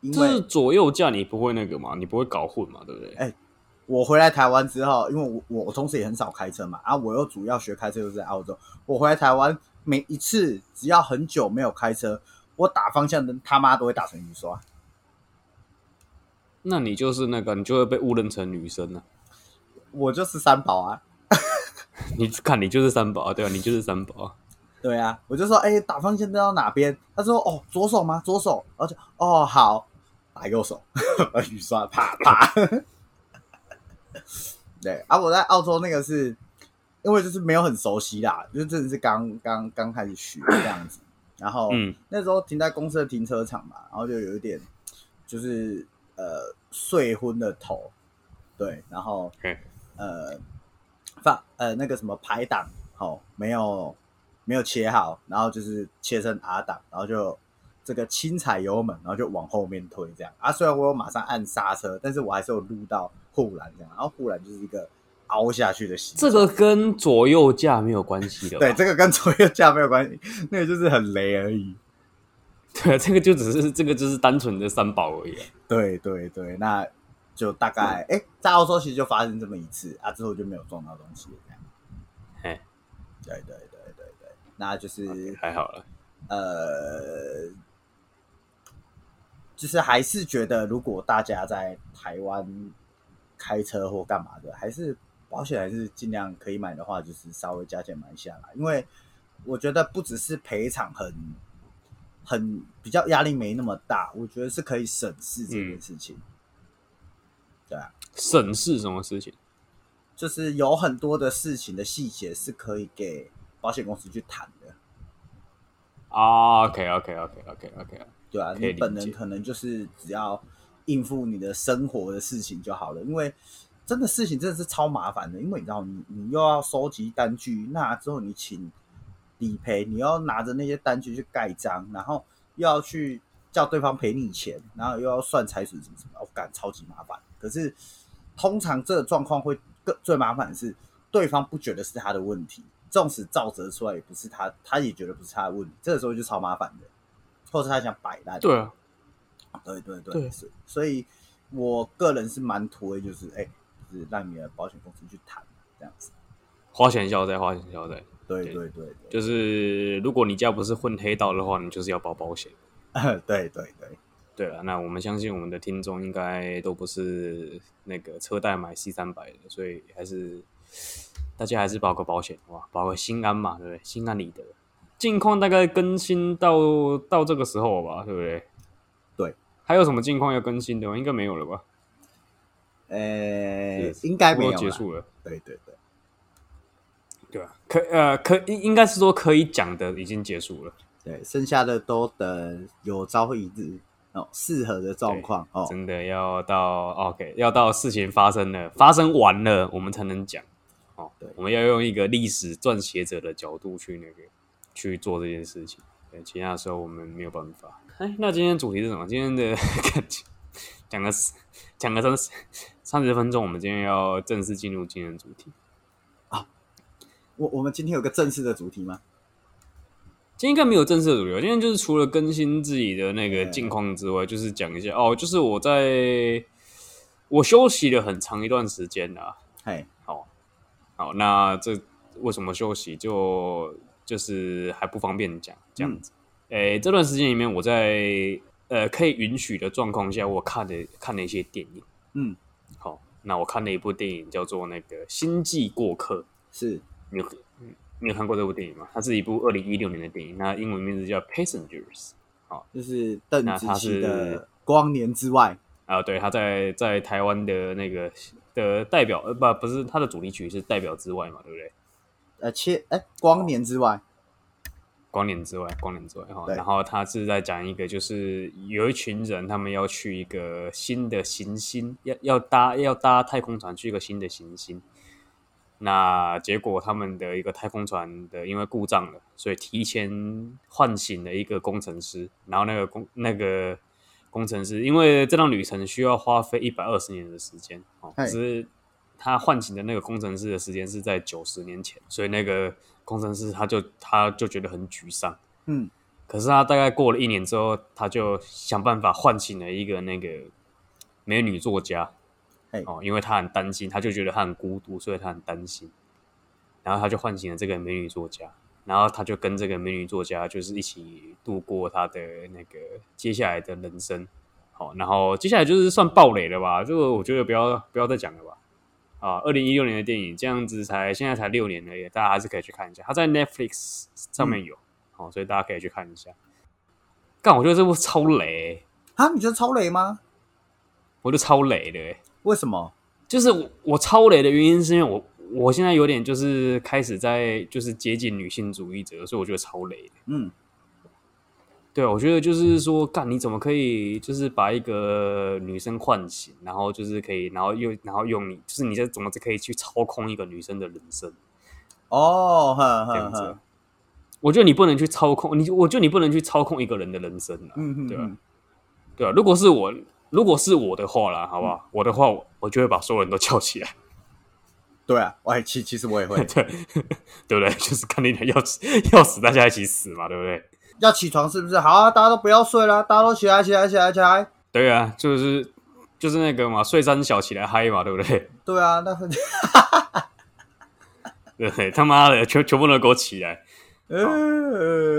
Speaker 2: 因
Speaker 1: 就
Speaker 2: 为
Speaker 1: 是左右架你不会那个嘛，你不会搞混嘛，对不对？
Speaker 2: 哎我回来台湾之后，因为我我我同时也很少开车嘛，啊，我又主要学开车就是在澳洲。我回来台湾，每一次只要很久没有开车，我打方向灯他妈都会打成雨刷。
Speaker 1: 那你就是那个，你就会被误认成女生了、
Speaker 2: 我就是三宝啊，
Speaker 1: 你看，你就是三宝啊，对啊，你就是三宝啊。
Speaker 2: 对啊，我就说，哎、打方向灯到哪边？他说，哦，左手吗？左手，而且，哦，好，打右手， 雨刷，啪啪。 对啊，我在澳洲那个是，因为就是没有很熟悉啦，就是真的是刚刚刚开始学这样子，然后，
Speaker 1: 嗯，
Speaker 2: 那时候停在公司的停车场嘛，然后就有一点就是呃睡昏的头，对，然后
Speaker 1: 嘿
Speaker 2: 呃放呃那个什么排档好、没有没有切好，然后就是切成 R 档，然后就这个轻踩油门，然后就往后面推这样啊。虽然我有马上按刹车，但是我还是有撸到护栏这样，然后护栏就是一个凹下去的形
Speaker 1: 这
Speaker 2: 状。
Speaker 1: 个跟左右架没有关系的吧，
Speaker 2: 对，这个跟左右架没有关系，那个就是很雷而已。
Speaker 1: 对，啊这个就只是这个就是单纯的三宝而已、啊。
Speaker 2: 对对对，那就大概哎、在澳洲其实就发生这么一次啊，之后就没有撞到东西了这样。
Speaker 1: 嘿，
Speaker 2: 对对对对对，那就是
Speaker 1: 还好了，
Speaker 2: 呃，就是还是觉得如果大家在台湾开车或干嘛的，还是保险还是尽量可以买的话，就是稍微加减买一下啦，因为我觉得不只是赔偿很。很比较压力没那么大，我觉得是可以省事这件事情。对啊，
Speaker 1: 省事什么事情？
Speaker 2: 就是有很多的事情的细节是可以给保险公司去谈的，
Speaker 1: 啊，OK OK OK OK OK，
Speaker 2: 对啊，
Speaker 1: 可以
Speaker 2: 你
Speaker 1: 理
Speaker 2: 本人
Speaker 1: 解
Speaker 2: 可能就是只要应付你的生活的事情就好了，因为真的事情真的是超麻烦的，因为你知道你你又要收集单据，那之后你请理赔，你要拿着那些单据去盖章，然后又要去叫对方赔你钱，然后又要算财损什么什么，我、感超级麻烦。可是通常这个状况会更最麻烦的是对方不觉得是他的问题，纵使照责出来也不是他，他也觉得不是他的问题，这个时候就超麻烦的，或者他想摆烂。
Speaker 1: 对啊，
Speaker 2: 对对对，
Speaker 1: 对
Speaker 2: 是，所以我个人是蛮推，就是哎、就是让你的保险公司去谈这样子。
Speaker 1: 花钱消灾，花钱消灾。
Speaker 2: 对
Speaker 1: 对
Speaker 2: 对对对，
Speaker 1: 就是如果你家不是混黑道的话，你就是要保保险。
Speaker 2: 对对对，
Speaker 1: 对了，那我们相信我们的听众应该都不是那个车贷买 C 三百的，所以还是大家还是保个保险哇，保个心安嘛，对不对？心安理得。近况大概更新到到这个时候吧，对不对？
Speaker 2: 对。
Speaker 1: 还有什么近况要更新的吗？应该没有了吧？
Speaker 2: 呃、
Speaker 1: Yes，
Speaker 2: 应该没有
Speaker 1: 都
Speaker 2: 啦
Speaker 1: 结。束了。
Speaker 2: 对对对，
Speaker 1: 对啊，可呃可应应该是说可以讲的已经结束了，
Speaker 2: 对，剩下的都等有朝一日哦，适合的状况哦，
Speaker 1: 哎真的要到哦 OK，要到事情发生了，发生完了，我们才能讲哦
Speaker 2: 对。
Speaker 1: 我们要用一个历史撰写者的角度去那个去做这件事情，对，其他的时候我们没有办法。哎，那今天主题是什么？今天的 感觉讲个十讲个三十三十分钟，我们今天要正式进入今天的主题。
Speaker 2: 我我们今天有个正式的主题吗？
Speaker 1: 今天应该没有正式的主流，今天就是除了更新自己的那个
Speaker 2: 嗯
Speaker 1: 近况之外，就是讲一下哦，就是我在我休息了很长一段时间啊啦、
Speaker 2: 嘿，
Speaker 1: 好，好，那这为什么休息就就是还不方便讲这样子？诶、这段时间里面，我在呃可以允许的状况下，我看了看了一些电影。
Speaker 2: 嗯，
Speaker 1: 好，那我看了一部电影叫做那个《星际过客》，
Speaker 2: 是
Speaker 1: 你有嗯你有看过这部电影吗？它是一部二零一六年的电影，那英文名字叫《Passengers》。
Speaker 2: 就是邓
Speaker 1: 那
Speaker 2: 紫
Speaker 1: 他
Speaker 2: 棋
Speaker 1: 是
Speaker 2: 的《光年之外
Speaker 1: 啊，对，他在在台湾的那个的代表，呃，不，不是他的主题曲是代表之外嘛，对不对？》，
Speaker 2: 呃，切，哎、光年之
Speaker 1: 哦
Speaker 2: 外》
Speaker 1: 光年之外，光年之外哈。
Speaker 2: 对
Speaker 1: 然后他是在讲一个，就是有一群人，他们要去一个新的行星，要要搭要搭太空船去一个新的行星。那结果他们的一个太空船的因为故障了，所以提前唤醒了一个工程师，然后那个工那个工程师，因为这趟旅程需要花费一百二十年的时间哦，
Speaker 2: 嗨
Speaker 1: 可是他唤醒的那个工程师的时间是在九十年前，所以那个工程师他就他就觉得很沮丧。
Speaker 2: 嗯，
Speaker 1: 可是他大概过了一年之后，他就想办法唤醒了一个那个美女作家
Speaker 2: 嘿，
Speaker 1: 哦，因为他很担心，他就觉得他很孤独，所以他很担心。然后他就唤醒了这个美女作家，然后他就跟这个美女作家就是一起度过他的那个接下来的人生。好，然后接下来就是算暴雷了吧？这个我觉得不要不要再讲了吧。啊，二零一六年的电影，这样子才现在才六年而已，大家还是可以去看一下。它在 Netflix 上面有，好、所以大家可以去看一下。干，我觉得这部超雷欸、
Speaker 2: 啊，你觉得超雷吗？
Speaker 1: 我就超雷的、欸。
Speaker 2: 为什么？
Speaker 1: 就是我我超雷的原因是因为我我现在有点就是开始在就是接近女性主义者，所以我觉得超雷的。
Speaker 2: 嗯，
Speaker 1: 对啊，我觉得就是说，干你怎么可以就是把一个女生唤醒，然后就是可以，然后又然后用你，就是你这怎么可以去操控一个女生的人生？
Speaker 2: 哦，呵
Speaker 1: 这
Speaker 2: 呵
Speaker 1: 样子。
Speaker 2: 呵，
Speaker 1: 我觉得你不能去操控你，我觉得你不能去操控一个人的人生啊，
Speaker 2: 嗯嗯
Speaker 1: 对啊
Speaker 2: 嗯，
Speaker 1: 对啊。如果是我，如果是我的话啦，好不好？我的话，我我就会把所有人都叫起来，
Speaker 2: 对啊，我其其实我也会
Speaker 1: 对对不对？就是看你要死 要死，大家一起死嘛，对不对？
Speaker 2: 要起床，是不是？好啊，大家都不要睡啦，大家都起来，起来，起来，起来。
Speaker 1: 对啊，就是就是那个嘛，睡三小起来嗨嘛，对不对？
Speaker 2: 对啊，那
Speaker 1: 对，他妈的，全全部都给我起来！
Speaker 2: 呃，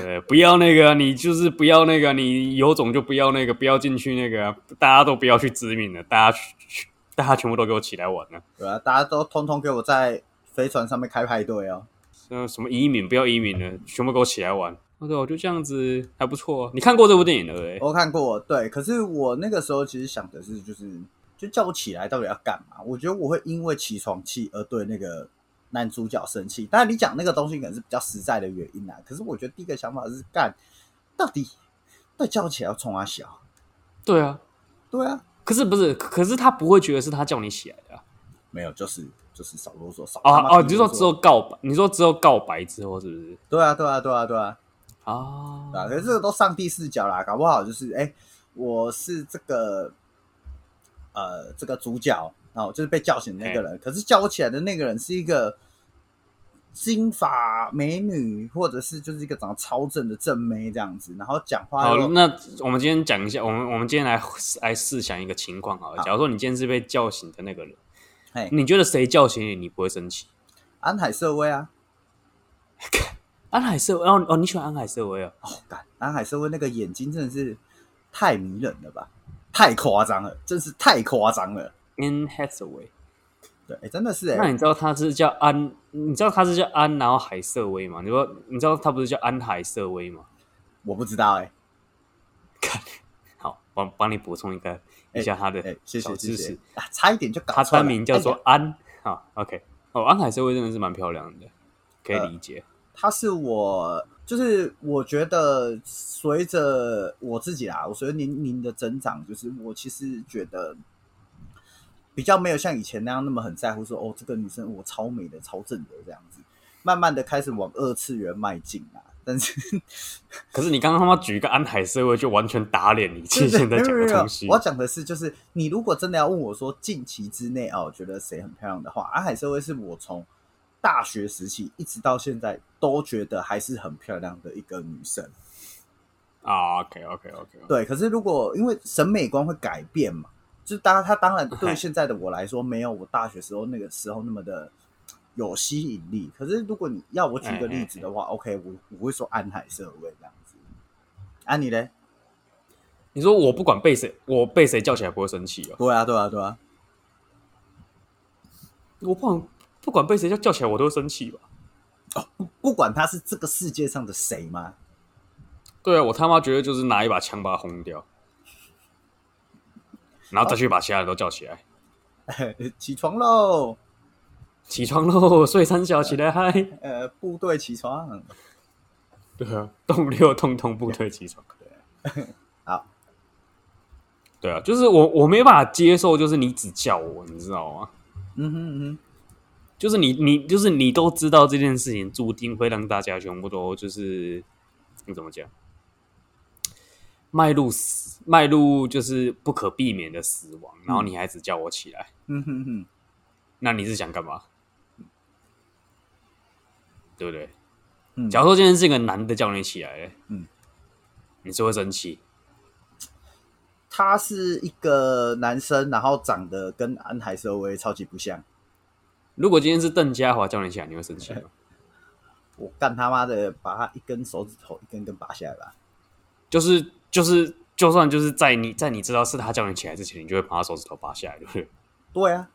Speaker 1: 对，不要那个啊，你就是不要那个啊，你有种就不要那个，不要进去那个啊，大家都不要去知名的，大家去去大家全部都给我起来玩啊！
Speaker 2: 对啊，大家都通通给我在飞船上面开派对哦。
Speaker 1: 那什么移民不要移民了，全部给我起来玩。哦对，我就这样子还不错、啊你看过这部电影对不对？
Speaker 2: 我看过，对，可是我那个时候其实想的是，就是就叫我起来到底要干嘛？我觉得我会因为起床气而对那个男主角生气。当然，你讲那个东西可能是比较实在的原因啦。啊可是我觉得第一个想法是干，到底到底叫我起来要冲啊小？
Speaker 1: 对啊，
Speaker 2: 对啊，
Speaker 1: 可是不是？可是他不会觉得是他叫你起来的啊
Speaker 2: 没有，就是就是少啰嗦，少他妈
Speaker 1: 哦哦，
Speaker 2: 多
Speaker 1: 你是说
Speaker 2: 啰嗦
Speaker 1: 只有告白？你说只有告白之后是不是？
Speaker 2: 对啊，对啊，对啊，对啊，
Speaker 1: 啊，
Speaker 2: 对啊，可是这个都上帝视角啦，搞不好就是哎、我是这个呃这个主角，然后就是被叫醒的那个人，可是叫我起来的那个人是一个金发美女，或者是就是一个长得超正的正妹这样子，然后讲话
Speaker 1: 好
Speaker 2: 又，
Speaker 1: 那我们今天讲一下，我们我们今天来来试想一个情况好了。
Speaker 2: 好
Speaker 1: 假如说你今天是被叫醒的那个人，
Speaker 2: 哎，
Speaker 1: 你觉得谁叫醒你，你不会生气？
Speaker 2: 安海瑟薇啊，
Speaker 1: 安海瑟薇，哦哦，你喜欢安海瑟薇啊？
Speaker 2: 哦，干，安海瑟薇那个眼睛真的是太迷人了吧，太夸张了，真是太夸张了，
Speaker 1: ，Anne Hathaway。
Speaker 2: 对，哎、真的是哎、
Speaker 1: 那你知道他是叫安？你知道他是叫安，然后海瑟薇吗？你说你知道他不是叫安海瑟薇吗？
Speaker 2: 我不知道哎、
Speaker 1: 好，帮帮你补充一个
Speaker 2: 哎
Speaker 1: 一下他的
Speaker 2: 哎、谢
Speaker 1: 小
Speaker 2: 谢
Speaker 1: 知
Speaker 2: 谢谢
Speaker 1: 识。
Speaker 2: 啊，差一点就搞
Speaker 1: 他
Speaker 2: 错了
Speaker 1: 单名叫
Speaker 2: 哎
Speaker 1: 做安。好，OK。哦，安海瑟薇真的是蛮漂亮的，可以
Speaker 2: 呃
Speaker 1: 理解。
Speaker 2: 他是我，就是我觉得随着我自己啊，我随着年龄的增长，就是我其实觉得比较没有像以前那样那么很在乎说，哦，这个女生我超美的、超正的这样子，慢慢的开始往二次元迈进啊。但是，
Speaker 1: 可是你刚刚他妈举一个安海瑟薇，就完全打脸你之前在
Speaker 2: 没有
Speaker 1: 讲
Speaker 2: 没
Speaker 1: 的
Speaker 2: 有没有
Speaker 1: 东西。
Speaker 2: 我要讲的是，就是你如果真的要问我说近期之内啊，我觉得谁很漂亮的话，阿海社会是我从大学时期一直到现在都觉得还是很漂亮的一个女生。
Speaker 1: 啊，OK OK OK，
Speaker 2: 对，可是如果因为审美观会改变嘛，就是当他当然对现在的我来说，没有我大学时候那个时候那么的有吸引力。可是如果你要我举一个例子的话，OK，我我会说安海社会这样子。啊，你嘞？
Speaker 1: 你说我不管被谁，我被谁叫起来不会生气哦。
Speaker 2: 对啊，对啊，对啊，
Speaker 1: 我不管不管被谁叫叫起来，我都会生气哦吧。
Speaker 2: 不管他是这个世界上的谁嘛，
Speaker 1: 对啊，我他妈觉得就是拿一把枪把他轰掉，然后再去把其他人都叫起来，
Speaker 2: 起床喽，
Speaker 1: 起床喽，睡三小起来嗨。
Speaker 2: 呃，部队起床。
Speaker 1: 对啊，动六通通部队起床。
Speaker 2: 好，
Speaker 1: 对啊，就是我我没办法接受，就是你只叫我，你知道吗？
Speaker 2: 嗯哼嗯哼，
Speaker 1: 就是你你就是你都知道这件事情嗯注定会让大家全部都就是你怎么讲？迈入死，迈入就是不可避免的死亡，然后你还只叫我起来，
Speaker 2: 嗯哼哼，
Speaker 1: 那你是想干嘛？对不对？
Speaker 2: 嗯
Speaker 1: 假如说今天是一个男的叫你起来，
Speaker 2: 嗯，
Speaker 1: 你是会生气？
Speaker 2: 他是一个男生，然后长得跟安海瑟薇超级不像，
Speaker 1: 如果今天是邓家华叫你起来，你会生气
Speaker 2: 哎
Speaker 1: 吗？
Speaker 2: 我干他妈的把他一根手指头一根根拔下来吧。
Speaker 1: 就是就是，就算就是在你在你知道是他叫你起来之前，你就会把他手指头拔下来，对不 对？
Speaker 2: 对啊，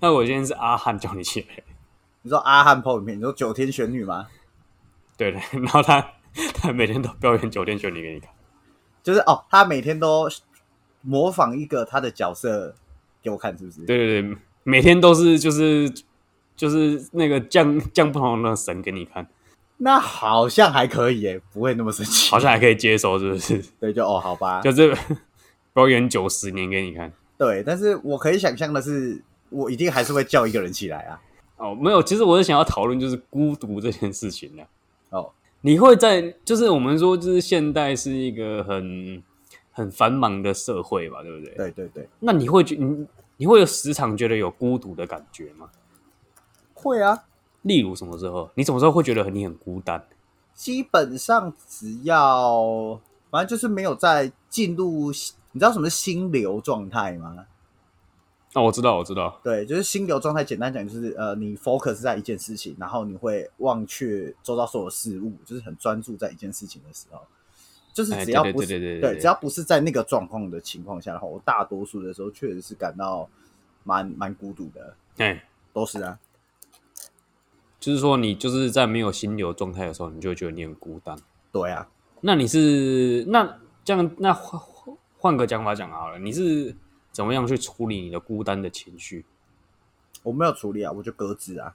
Speaker 1: 那我今天是阿汉叫你起来，
Speaker 2: 你说阿汉泡影片，你说九天玄女吗？
Speaker 1: 对 的，然后他他每天都表演九天玄女给你看，
Speaker 2: 就是哦，他每天都模仿一个他的角色给我看，是不是？
Speaker 1: 对对对，每天都是就是就是那个降降不同的神给你看，
Speaker 2: 那好像还可以耶，不会那么生气。
Speaker 1: 好像还可以接受，是不是？
Speaker 2: 对，就哦，好吧，
Speaker 1: 就是 表演九十年给你看。
Speaker 2: 对。但是我可以想象的是，我一定还是会叫一个人起来啊。
Speaker 1: 哦，没有，其实我是想要讨论就是孤独这件事情的、啊
Speaker 2: 哦，
Speaker 1: 你会在就是我们说就是现代是一个很很繁忙的社会吧，对不对？
Speaker 2: 对对对，
Speaker 1: 那你会觉你你会有时常觉得有孤独的感觉吗？
Speaker 2: 会啊。
Speaker 1: 例如什么时候？你什么时候会觉得你很孤单？
Speaker 2: 基本上只要，反正就是没有在进入，你知道什么是心流状态吗？
Speaker 1: 哦，我知道，我知道，
Speaker 2: 对，就是心流状态，简单讲就是呃，你 focus 在一件事情，然后你会忘却周遭所有事物，就是很专注在一件事情的时候，就是
Speaker 1: 哎
Speaker 2: 只要
Speaker 1: 对对
Speaker 2: 不是、
Speaker 1: 对对对对对
Speaker 2: 只要不是在那个状况的情况下的话，我大多数的时候确实是感到蛮蛮孤独的，
Speaker 1: 哎，
Speaker 2: 都是啊，
Speaker 1: 就是说你就是在没有心流状态的时候，你就会觉得你很孤单。
Speaker 2: 对啊，
Speaker 1: 那你是那这样，那换换个讲法讲好了，你是怎么样去处理你的孤单的情绪？
Speaker 2: 我没有处理啊，我就搁置啊，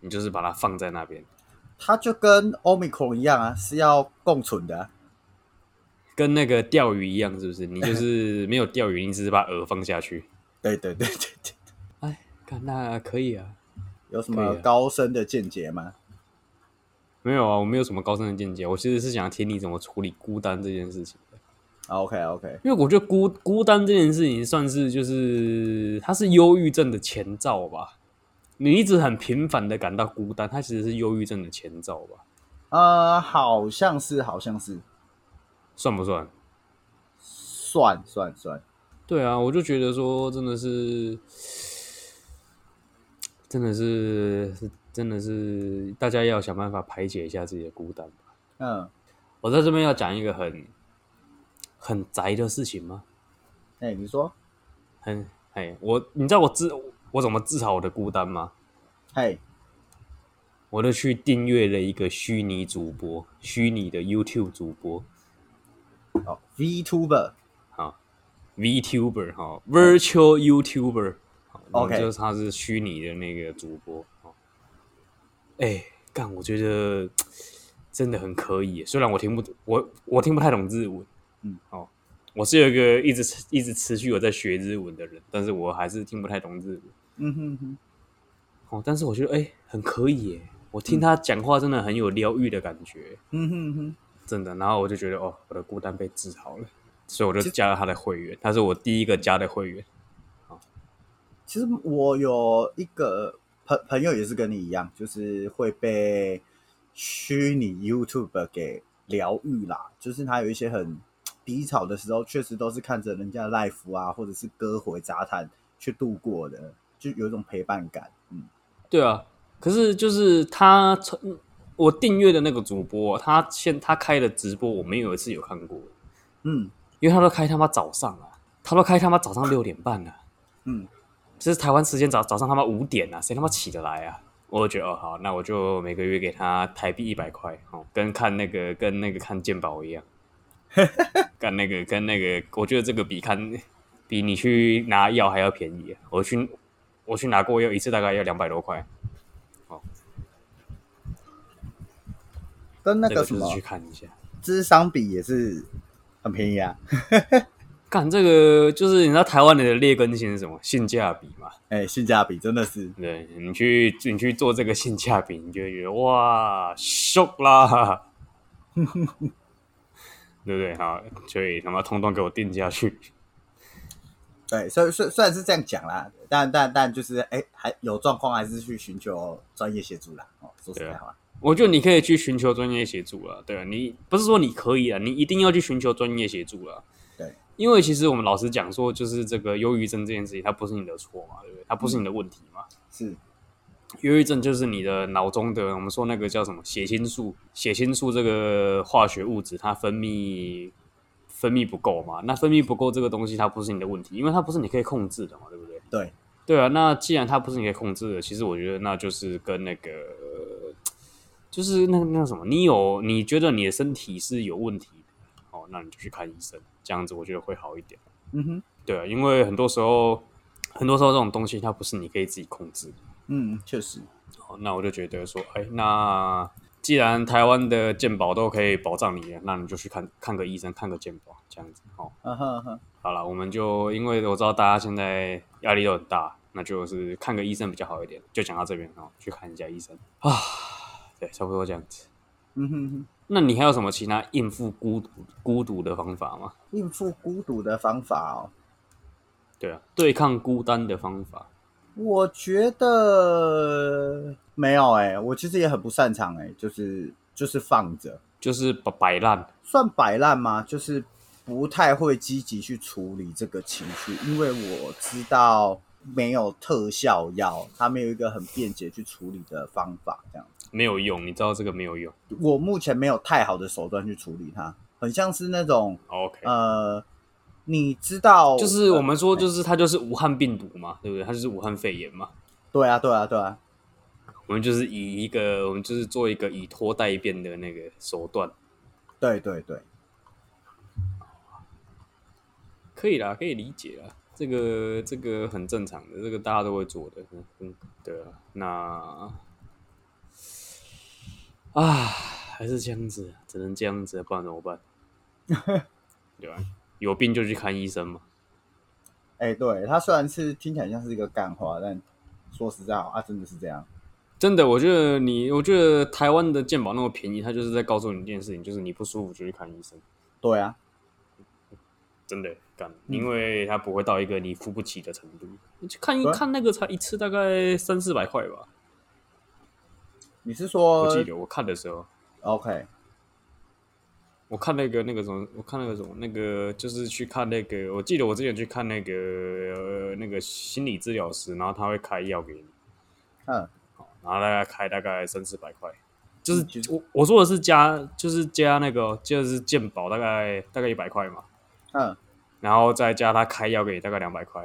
Speaker 1: 你就是把它放在那边，
Speaker 2: 它就跟 omicron 一样啊，是要共存的啊、
Speaker 1: 跟那个钓鱼一样，是不是？你就是没有钓鱼，你只是把饵放下 去。
Speaker 2: 对对对对对，
Speaker 1: 哎，看那可以啊，
Speaker 2: 有什
Speaker 1: 可
Speaker 2: 么
Speaker 1: 以啊
Speaker 2: 高深的见解吗？
Speaker 1: 没有啊，我没有什么高深的见解，我其实是想听你怎么处理孤单这件事情的。
Speaker 2: 啊，OK OK，
Speaker 1: 因为我觉得孤孤单这件事情算是就是它是忧郁症的前兆吧。你一直很频繁的感到孤单，它其实是忧郁症的前兆吧？
Speaker 2: 呃，好像是，好像是，
Speaker 1: 算不算？
Speaker 2: 算算算，
Speaker 1: 对啊，我就觉得说真的是，真的是是真的是大家要想办法排解一下自己的孤单吧。
Speaker 2: 嗯，
Speaker 1: 我在这边要讲一个很很宅的事情吗？
Speaker 2: 哎、你说，
Speaker 1: 很哎，我你知道我自我怎么自嘲我的孤单吗？
Speaker 2: 嘿，
Speaker 1: 我就去订阅了一个虚拟主播，虚拟的 YouTube 主播，
Speaker 2: 哦，VTuber，
Speaker 1: 好，VTuber 哈，Virtual YouTuber，好
Speaker 2: OK
Speaker 1: 就是他是虚拟的那个主播。好哎，干，我觉得真的很可以耶，虽然我听不我我听不太懂日文，
Speaker 2: 嗯，
Speaker 1: 哦，我是有一个一直一直持续有在学日文的人，但是我还是听不太懂日文。
Speaker 2: 嗯哼哼，
Speaker 1: 哦，但是我觉得哎、很可以耶，我听他讲话真的很有疗愈的感觉，
Speaker 2: 嗯哼哼，
Speaker 1: 真的。然后我就觉得哦，我的孤单被治好了，所以我就加了他的会员，他是我第一个加的会员。
Speaker 2: 其实我有一个朋朋友也是跟你一样，就是会被虚拟 YouTube 给疗愈啦，就是他有一些很低潮的时候，确实都是看着人家的 life 啊，或者是歌回杂谈去度过的，就有一种陪伴感，嗯，
Speaker 1: 对啊，可是就是他从我订阅的那个主播，他现他开的直播，我们有一次有看过，
Speaker 2: 嗯
Speaker 1: 因为他都开他妈早上啊，他都开他妈早上六点半啊，
Speaker 2: 嗯，
Speaker 1: 就是台湾时间早早上他妈五点啊，谁他妈起得来啊？我就觉得哦好，那我就每个月给他台币一百块，哦，跟看那个跟那个看鉴宝一样，干那个跟那个，我觉得这个比看比你去拿药还要便宜啊。我去我去拿过药一次大概要两百多块，
Speaker 2: 跟那
Speaker 1: 这
Speaker 2: 个什
Speaker 1: 就是
Speaker 2: 么
Speaker 1: 去看一下。
Speaker 2: 智商比也是很便宜啊，
Speaker 1: 干这个就是你知道台湾人的劣根性是什么？性价比嘛。
Speaker 2: 哎、性价比真的是
Speaker 1: 对你去你去做这个性价比，你就会觉得哇，shock 啦， 对不对？好，所以他妈通通给我定下去。
Speaker 2: 对，所以虽虽然是这样讲啦，但但但就是哎，还有状况还是去寻求专业协助啦。哦，说
Speaker 1: 啊
Speaker 2: 实在话，
Speaker 1: 我觉得你可以去寻求专业协助了，对啊，你不是说你可以啊，你一定要去寻求专业协助了。
Speaker 2: 对，
Speaker 1: 因为其实我们老实讲说，就是这个忧郁症这件事情，它不是你的错嘛，对不对？它不是你的问题嘛。
Speaker 2: 是
Speaker 1: 忧郁症就是你的脑中的，我们说那个叫什么血清素，血清素这个化学物质它分泌分泌不够嘛。那分泌不够这个东西，它不是你的问题，因为它不是你可以控制的嘛，对不对？
Speaker 2: 对，
Speaker 1: 对啊，那既然它不是你可以控制的，其实我觉得那就是跟那个，呃就是那个那个什么，你有你觉得你的身体是有问题的，哦，那你就去看医生，这样子我觉得会好一点。
Speaker 2: 嗯哼，
Speaker 1: 对啊，因为很多时候，很多时候这种东西它不是你可以自己控制的。
Speaker 2: 嗯，确实，
Speaker 1: 哦，那我就觉得说，哎，那既然台湾的健保都可以保障你了，那你就去看看个医生，看个健保，这样子。哦，
Speaker 2: 嗯哼嗯哼，
Speaker 1: 好了，我们就因为我知道大家现在压力都很大，那就是看个医生比较好一点。就讲到这边哦，去看一下医生啊，对，差不多这样子。
Speaker 2: 嗯哼哼。
Speaker 1: 那你还有什么其他应付孤独孤独的方法吗？
Speaker 2: 应付孤独的方法哦，
Speaker 1: 对啊，对抗孤单的方法。
Speaker 2: 我觉得没有哎、我其实也很不擅长哎、就是就是放着，
Speaker 1: 就是摆摆烂，
Speaker 2: 算摆烂吗？就是不太会积极去处理这个情绪，因为我知道没有特效药，它没有一个很便捷去处理的方法，这样子。
Speaker 1: 没有用，你知道这个没有用。
Speaker 2: 我目前没有太好的手段去处理它，很像是那种
Speaker 1: 哦 OK，、
Speaker 2: 呃，你知道，
Speaker 1: 就是我们说，就是它就是武汉病毒嘛，对不对？它就是武汉肺炎嘛。
Speaker 2: 对啊，对啊，对啊，
Speaker 1: 我们就是以一个，我们就是做一个以拖代变的那个手段，
Speaker 2: 对对对，
Speaker 1: 可以啦，可以理解啦，这个这个很正常的，这个大家都会做的，嗯嗯，对啊，那啊还是这样子，啊只能这样子，不然怎么办？ 对吧、有病就去看医生嘛，
Speaker 2: 哎、对，它虽然是听起来像是一个干话，但说实在啊，真的是这样。
Speaker 1: 真的，我觉得你，我觉得台湾的健保那么便宜，他就是在告诉你一件事情，就是你不舒服就去看医生。
Speaker 2: 对啊，
Speaker 1: 真的干，因为它不会到一个你付不起的程度。你去看一
Speaker 2: 对啊
Speaker 1: 看那个才一次大概三四百块吧，
Speaker 2: 你是说
Speaker 1: 我记得我看的时候，
Speaker 2: OK？
Speaker 1: 我看那个那个什么，我看那个什么那个就是去看那个，我记得我之前去看那个、呃、那个心理治疗师，然后他会开药给你，
Speaker 2: 嗯，
Speaker 1: 然后大概开大概三四百块。就是
Speaker 2: 就
Speaker 1: 我我说的是加，就是加那个就是健保大概大概一百块嘛，
Speaker 2: 嗯
Speaker 1: 然后再加他开药给你大概两百块，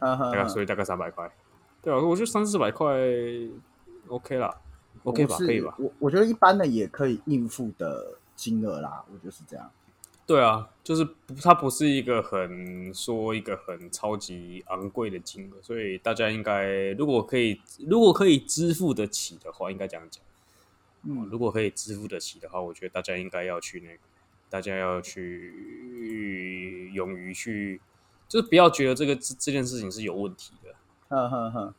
Speaker 2: 嗯
Speaker 1: 大啊概所
Speaker 2: 嗯，
Speaker 1: 以大概三百块。对啊，我觉得三四百块 OK 啦，OK 吧，
Speaker 2: 我是
Speaker 1: 可以吧？
Speaker 2: 我我觉得一般的也可以应付的金额啦，我觉得是这样。
Speaker 1: 对啊，就是不它不是一个很说一个很超级昂贵的金额，所以大家应该如果可以，如果可以支付得起的话，应该这样讲。
Speaker 2: 嗯，
Speaker 1: 如果可以支付得起的话，我觉得大家应该要去那个，大家要去勇于去，就是不要觉得这个这这件事情是有问题的。
Speaker 2: 哼哼哼，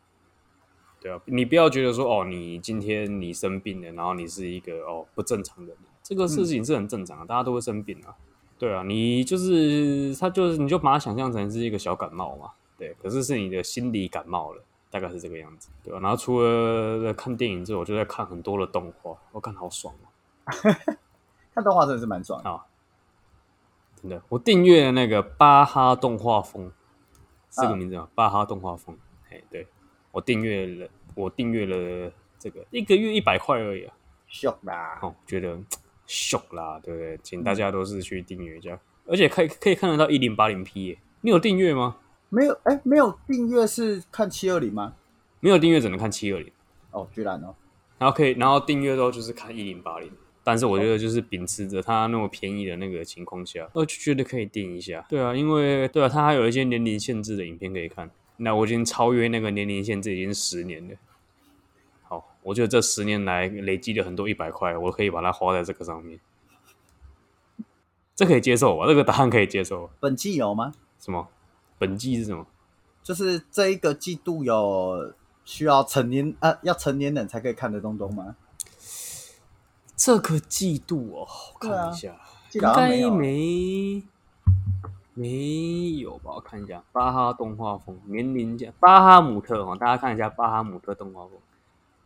Speaker 1: 对啊，你不要觉得说哦，你今天你生病了，然后你是一个哦不正常人，这个事情是很正常的，大家都会生病啊。对啊，你就是他就是你就把它想象成是一个小感冒嘛，对，可是是你的心理感冒了，大概是这个样子，对吧、啊然后除了看电影之后，我就在看很多的动画，我看好爽哦、
Speaker 2: 看动画真的是蛮爽的。
Speaker 1: 真的，我订阅了那个巴哈动画风，是这个
Speaker 2: 嗯
Speaker 1: 名字吗？巴哈动画风，哎，对我订阅了，我订阅了这个一个月一百块而已啊。
Speaker 2: 秀啦，
Speaker 1: 哦，觉得 shock 啦，对不对？请大家都是去订阅一下，而且可以可以看得到一零八零 P 耶。你有订阅吗？
Speaker 2: 没有哎、没有订阅是看七二零吗？
Speaker 1: 没有订阅只能看七二零，
Speaker 2: 哦，居然哦，
Speaker 1: 然后可以，然后订阅之后就是看一零八零。但是我觉得就是秉持着它那么便宜的那个情况下，我就觉得可以订一下。对啊，因为对啊，它还有一些年龄限制的影片可以看。那我已经超越那个年龄限制已经十年了。好，我觉得这十年来累积了很多一百块，我可以把它花在这个上面。这可以接受吧？这个答案可以接受吧。
Speaker 2: 本季有吗？
Speaker 1: 什么？本季是什么？
Speaker 2: 就是这一个季度有需要成年呃要成年人才可以看的东东吗？
Speaker 1: 这个季度哦，我
Speaker 2: 对啊
Speaker 1: 看一下，
Speaker 2: 记得
Speaker 1: 应
Speaker 2: 好像没
Speaker 1: 该
Speaker 2: 有啊
Speaker 1: 没没有吧？我看一下，巴哈动画风年龄奖，巴哈姆特哦，大家看一下巴哈姆特动画风，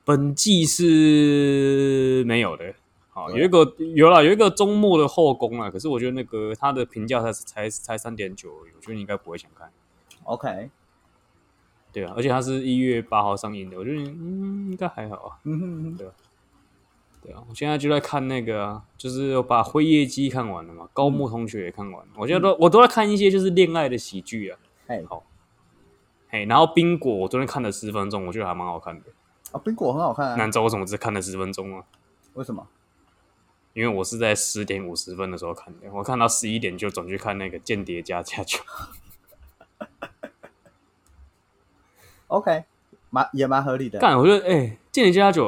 Speaker 1: 本季是没有的。好，
Speaker 2: 对
Speaker 1: 有一个有啦，有一个周末的后宫啊，可是我觉得那个它的评价才才才三点九，我觉得你应该不会想看。
Speaker 2: OK，
Speaker 1: 对啊，而且它是一月八号上映的，我觉得嗯应该还好啊。
Speaker 2: 嗯哼哼，
Speaker 1: 对啊，我现在就在看那个啊，就是我把《辉夜姬》看完了嘛，高木同学也看完了，我现在都我都在看一些就是恋爱的喜剧啊，
Speaker 2: 哎，
Speaker 1: 嘿，然后《冰果》我昨天看了十分钟，我觉得还蛮好看的。
Speaker 2: 啊，冰果很好看
Speaker 1: 那
Speaker 2: 啊，
Speaker 1: 你知道为什么只看了十分钟吗？啊
Speaker 2: 为什么？
Speaker 1: 因为我是在十点五十分的时候看的，我看到十一点就转去看那个《间谍加加酒》，
Speaker 2: OK，蛮也蛮合理的。
Speaker 1: 干，我觉得哎，欸《间谍加加酒》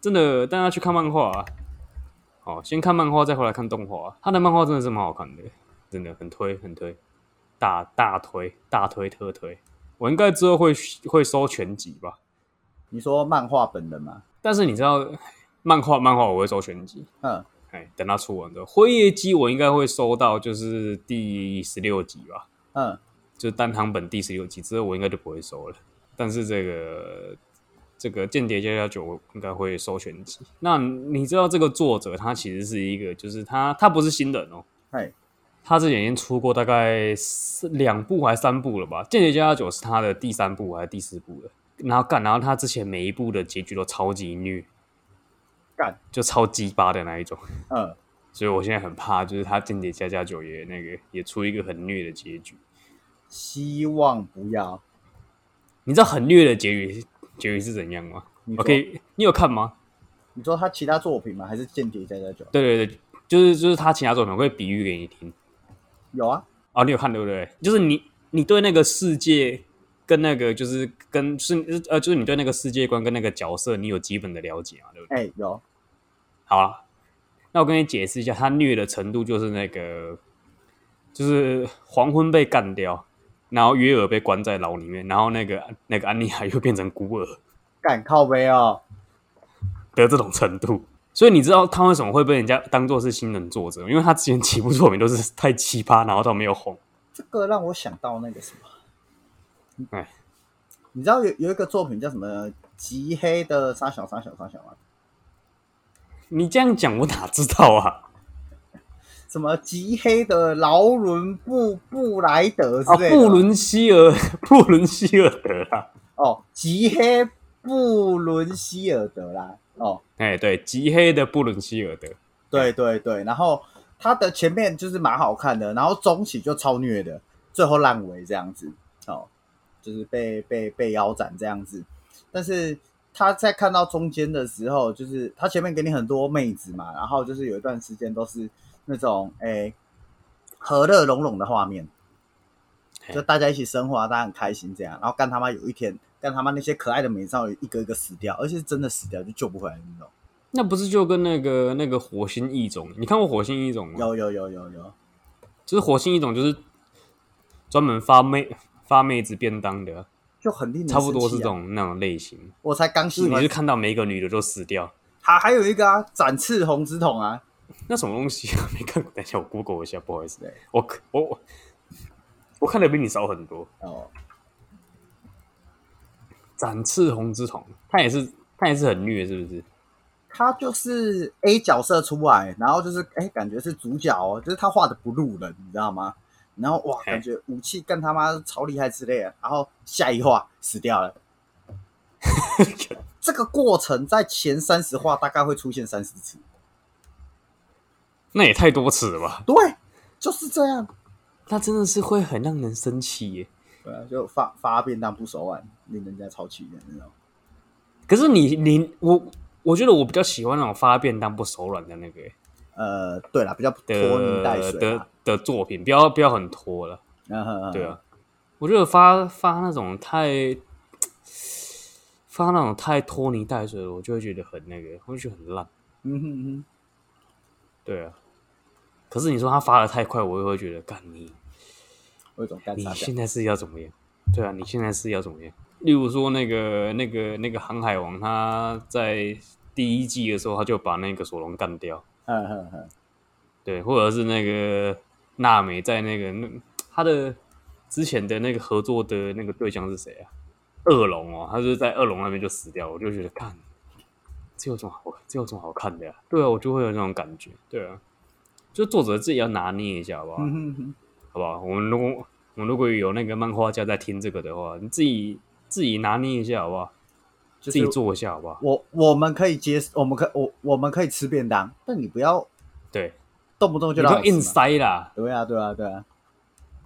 Speaker 1: 真的大家去看漫画啊，好，先看漫画再回来看动画啊、他的漫画真的是蛮好看的，真的很推很推，大大推大推特推，我应该之后会会收全集吧，
Speaker 2: 你说漫画本人吗？
Speaker 1: 但是你知道漫画漫画我会收全集，
Speaker 2: 嗯，
Speaker 1: 哎，等它出完之后，《辉夜姬》我应该会收到就是第十六集吧，
Speaker 2: 嗯，
Speaker 1: 就是单行本第十六集之后，我应该就不会收了。但是这个这个《间谍加加酒》我应该会收全集。那你知道这个作者他其实是一个，就是他他不是新人哦，
Speaker 2: 嘿，
Speaker 1: 他之前已经出过大概四两部还三部了吧，《间谍加加酒》是他的第三部还是第四部了？然后干，然后他之前每一部的结局都超级虐，
Speaker 2: 干，
Speaker 1: 就超鸡巴的那一种。
Speaker 2: 嗯，
Speaker 1: 所以我现在很怕，就是他《间谍加加酒》也那个也出一个很虐的结局。
Speaker 2: 希望不要。
Speaker 1: 你知道很虐的结局结局是怎样吗
Speaker 2: 你说
Speaker 1: ？OK，你有看吗？
Speaker 2: 你说他其他作品吗？还是《间谍加加酒》？
Speaker 1: 对对对，就是就是他其他作品我会比喻给你听
Speaker 2: 有啊，
Speaker 1: 哦，你有看对不对？就是你你对那个世界跟那个就是跟是呃就是你对那个世界观跟那个角色你有基本的了解嘛，对不对？
Speaker 2: 哎，有，
Speaker 1: 好啊，那我跟你解释一下，他虐的程度就是那个就是黄昏被干掉，然后约尔被关在牢里面，然后那个那个安妮亚又变成孤儿。
Speaker 2: 干靠背哦。
Speaker 1: 的这种程度。所以你知道他为什么会被人家当做是新人作者？因为他之前起部作品都是太奇葩，然后到没有红。
Speaker 2: 这个让我想到那个什么，
Speaker 1: 哎，
Speaker 2: 你知道有有一个作品叫什么《极黑的沙小沙小沙小》吗？
Speaker 1: 你这样讲我哪知道啊？
Speaker 2: 什么极黑的劳伦布布莱德之
Speaker 1: 啊，
Speaker 2: 类的
Speaker 1: 布伦希尔， 布伦希尔德啊，
Speaker 2: 哦，极黑布伦希尔德啦，哦，
Speaker 1: 哎，对，极黑的布伦希尔德，
Speaker 2: 对对对，然后它的前面就是蛮好看的，然后中期就超虐的，最后烂尾这样子，哦，就是被被被腰斩这样子。但是他在看到中间的时候，就是他前面给你很多妹子嘛，然后就是有一段时间都是那种诶和乐融融的画面，
Speaker 1: 嘿
Speaker 2: 就大家一起生活啊，大家很开心这样。然后干他妈有一天，干他妈那些可爱的美少女一个一个死掉，而且是真的死掉就救不回来的那种。
Speaker 1: 那不是就跟那个那个火星异种？你看过火星异种吗？
Speaker 2: 有有有有有，
Speaker 1: 就是火星异种，就是专门发妹发妹子便当的啊，
Speaker 2: 就很令人
Speaker 1: 差不多
Speaker 2: 生气
Speaker 1: 是
Speaker 2: 啊
Speaker 1: 这种那种类型。
Speaker 2: 我才刚
Speaker 1: 就是
Speaker 2: 喜
Speaker 1: 你
Speaker 2: 欢
Speaker 1: 是。看到每一个女的都死掉，
Speaker 2: 还还有一个啊，展翅红之瞳啊，
Speaker 1: 那什么东西啊？没看过？等一下，我 Google 一下，不好意思
Speaker 2: 对，
Speaker 1: 我我我我看的比你少很多。
Speaker 2: 哦，
Speaker 1: 展翅红之瞳，他也是他也是很虐，是不是？
Speaker 2: 他就是 A 角色出来，然后就是哎、感觉是主角哦，就是他画的不入人，你知道吗？然后哇，
Speaker 1: 嘿
Speaker 2: 感觉武器干他妈超厉害之类的，然后下一话死掉 了。这个过程在前三十话大概会出现三十次，
Speaker 1: 那也太多次了吧？
Speaker 2: 对，就是这样。
Speaker 1: 那真的是会很让人生气耶。
Speaker 2: 对啊，就发发便当不手腕，令人家超气的那种。
Speaker 1: 可是你你我我觉得我比较喜欢那种发便当不手软的那个耶
Speaker 2: 呃，对了，比较拖泥带
Speaker 1: 的
Speaker 2: 水
Speaker 1: 的
Speaker 2: 啊。
Speaker 1: 的作品，不要不要很拖了。
Speaker 2: 嗯哼哼
Speaker 1: 对啊，我觉得发发那种太发那种太拖泥带水了，我就会觉得很那个，我就觉得很烂。
Speaker 2: 嗯哼嗯哼。
Speaker 1: 对啊，可是你说他发的太快，我又会觉得，干你
Speaker 2: 有一种干
Speaker 1: 你
Speaker 2: 啥想
Speaker 1: 现在是要怎么样？对啊，你现在是要怎么样？例如说那个那个那个航海王，他在第一季的时候，他就把那个索隆干掉，
Speaker 2: 嗯嗯嗯，
Speaker 1: 对，或者是那个娜美在那个那他的之前的那个合作的那个对象是谁啊？恶龙哦，他就是在恶龙那边就死掉，我就觉得看这有什么好，这有什么好看的呀、对啊，我就会有那种感觉，对啊，就作者自己要拿捏一下，好不好？
Speaker 2: 嗯哼哼，
Speaker 1: 好不好？我们如果我们如果有那个漫画家在听这个的话，你自己自己拿捏一下，好不好？
Speaker 2: 就是
Speaker 1: 自己做一下，好不好？
Speaker 2: 我我们可以接，我们可我我们可以吃便当，但你不要
Speaker 1: 对，
Speaker 2: 动不动
Speaker 1: 你
Speaker 2: 就
Speaker 1: 不
Speaker 2: 让
Speaker 1: 要
Speaker 2: 我吃
Speaker 1: 硬
Speaker 2: 嘛。
Speaker 1: 塞啦，
Speaker 2: 对啊，对啊，对啊，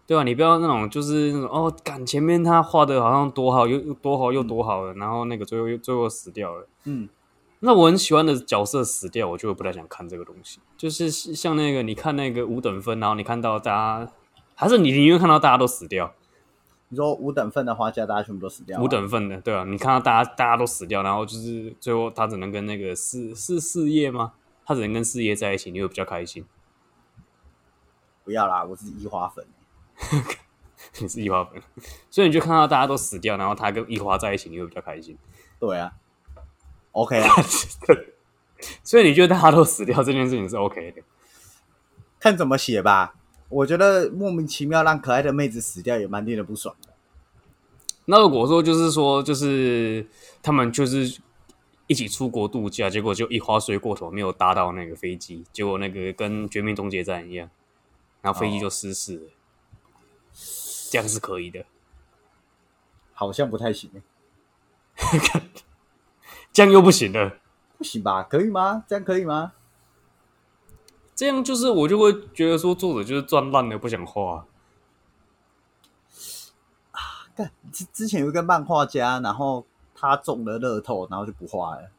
Speaker 1: 对吧、你不要那种就是那种哦，感前面他画的好像多好又多好又多好了，然后那个最后又最后死掉了。
Speaker 2: 嗯，
Speaker 1: 那我很喜欢的角色死掉，我就不太想看这个东西。就是像那个，你看那个五等分，然后你看到大家，还是你宁愿看到大家都死掉，
Speaker 2: 你说五等份的花架，大家全部都死掉啊，
Speaker 1: 五等份的，对啊，你看到大家大家都死掉，然后就是最后他只能跟那个四是四叶吗？他只能跟四叶在一起，你会比较开心。
Speaker 2: 不要啦，我是一花粉。
Speaker 1: 你是一花粉，所以你就看到大家都死掉，然后他跟一花在一起，你会比较开心。
Speaker 2: 对啊，OK 啊，
Speaker 1: 所以你觉得大家都死掉这件事情是 OK 的？
Speaker 2: 看怎么写吧。我觉得莫名其妙让可爱的妹子死掉也蛮令人不爽的。
Speaker 1: 那如果说就是说就是他们就是一起出国度假，结果就一花睡过头，没有搭到那个飞机，结果那个跟《绝命终结战》一样，然后飞机就失事了，这样是可以的。
Speaker 2: 好像不太行欸，
Speaker 1: 这样又不行了。
Speaker 2: 不行吧？可以吗？这样可以吗？
Speaker 1: 这样就是我就会觉得说，作者就是赚烂了，不想画。
Speaker 2: 干之之前有一个漫画家，然后他中了乐透，然后就不画了，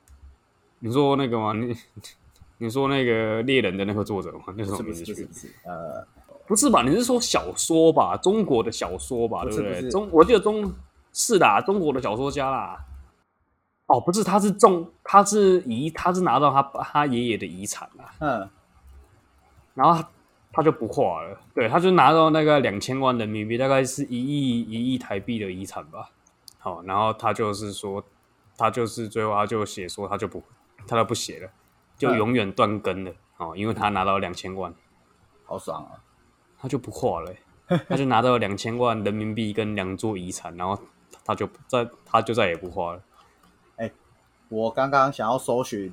Speaker 1: 你说那个吗？你 你说那个猎人的那个作者吗？那是什么
Speaker 2: 不是不
Speaker 1: 名
Speaker 2: 是
Speaker 1: 字
Speaker 2: 不是
Speaker 1: 去
Speaker 2: 不？是，呃，
Speaker 1: 不是吧？你是说小说吧？中国的小说吧？
Speaker 2: 不
Speaker 1: 对
Speaker 2: 是
Speaker 1: 对？
Speaker 2: 不是
Speaker 1: 中我记得中是啦，中国的小说家啦。哦，不是，他是中，他是遗，他是拿到他他爷爷的遗产啦，
Speaker 2: 嗯，
Speaker 1: 然后他他就不画了，对，他就拿到那个两千万人民币，大概是一亿一亿台币的遗产吧。好，然后他就是说，他就是最后他就写说他就不他就不写了，就
Speaker 2: 嗯
Speaker 1: 永远断更了哦，因为他拿到两千万，
Speaker 2: 好爽啊！
Speaker 1: 他就不画了欸、他就拿到两千万人民币跟两座遗产，然后他就不再他就再也不画了。
Speaker 2: 我刚刚想要搜寻，因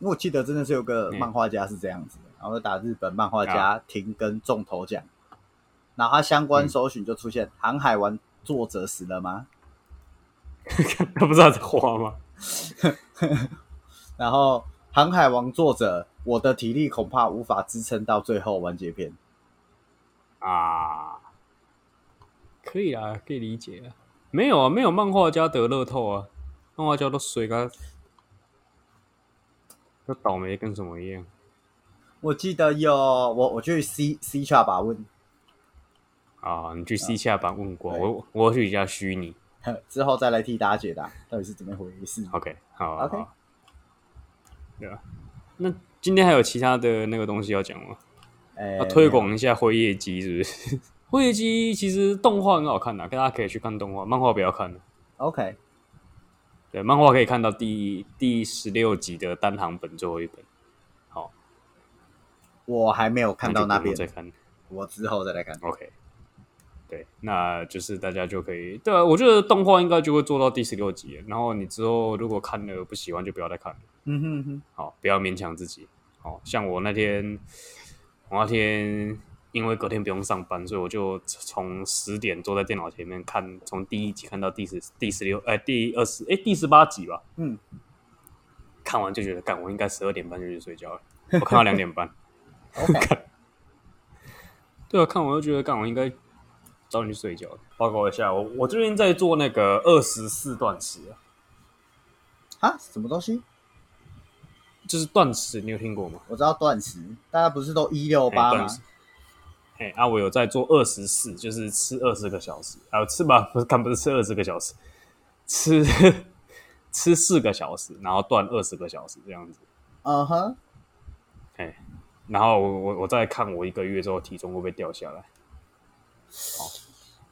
Speaker 2: 为我记得真的是有个
Speaker 1: 嗯啊
Speaker 2: 漫画家是这样子的，然后就打日本漫画家停更中头奖，然后他相关搜寻就出现《航海王》作者死了吗？
Speaker 1: 他不是还在画吗？
Speaker 2: 然后《航海王》作者，我的体力恐怕无法支撑到最后完结篇。
Speaker 1: 啊，可以啦，可以理解啊。没有啊，没有漫画家得乐透啊，漫画家都水个，都倒霉跟什么一样
Speaker 2: 我记得有我我去 C C 叉吧问，
Speaker 1: 啊！你去 C 下版问过，
Speaker 2: 对
Speaker 1: 我我去一下虚拟。
Speaker 2: 呵之后再来替大家解答到底是怎么回事。
Speaker 1: OK，好
Speaker 2: OK
Speaker 1: 好对啊。那今天还有其他的那个东西要讲吗？
Speaker 2: 哎、
Speaker 1: 要推广一下《辉夜姬》是不是？《 辉夜姬》其实动画很好看的、大家可以去看动画，漫画不要看了。
Speaker 2: OK，
Speaker 1: 对，漫画可以看到第第十六集的单行本最后一本，
Speaker 2: 我还没有看到那
Speaker 1: 就
Speaker 2: 边
Speaker 1: 不用，再看。
Speaker 2: 我之后再来看。
Speaker 1: OK，对，那就是大家就可以，对啊，我觉得动画应该就会做到第十六集，然后你之后如果看了不喜欢就不要再看了，
Speaker 2: 嗯哼哼，
Speaker 1: 好，不要勉强自己。好像我那天，我那天因为隔天不用上班，所以我就从十点坐在电脑前面看，从第一集看到第十、第十六，哎，第二十，哎，第十八集吧。
Speaker 2: 嗯，
Speaker 1: 看完就觉得，干，我应该十二点半就去睡觉了。我看到两点半。
Speaker 2: OK
Speaker 1: 对啊，看我就觉得，干，我应该早点去睡觉了。报告一下，我我最近在做那个二十四断食啊，
Speaker 2: 啊，什么东西？
Speaker 1: 就是断食，你有听过吗？
Speaker 2: 我知道断食，大家不是都一六
Speaker 1: 哎
Speaker 2: 八吗
Speaker 1: 断食？哎、啊，我有在做二十四，就是吃二十个小时，啊，吃吧，不是干，不是吃二十个小时，吃吃四个小时，然后断二十个小时这样子。
Speaker 2: 嗯哼，
Speaker 1: 哎、然后我我我再看我一个月之后体重会不会掉下来？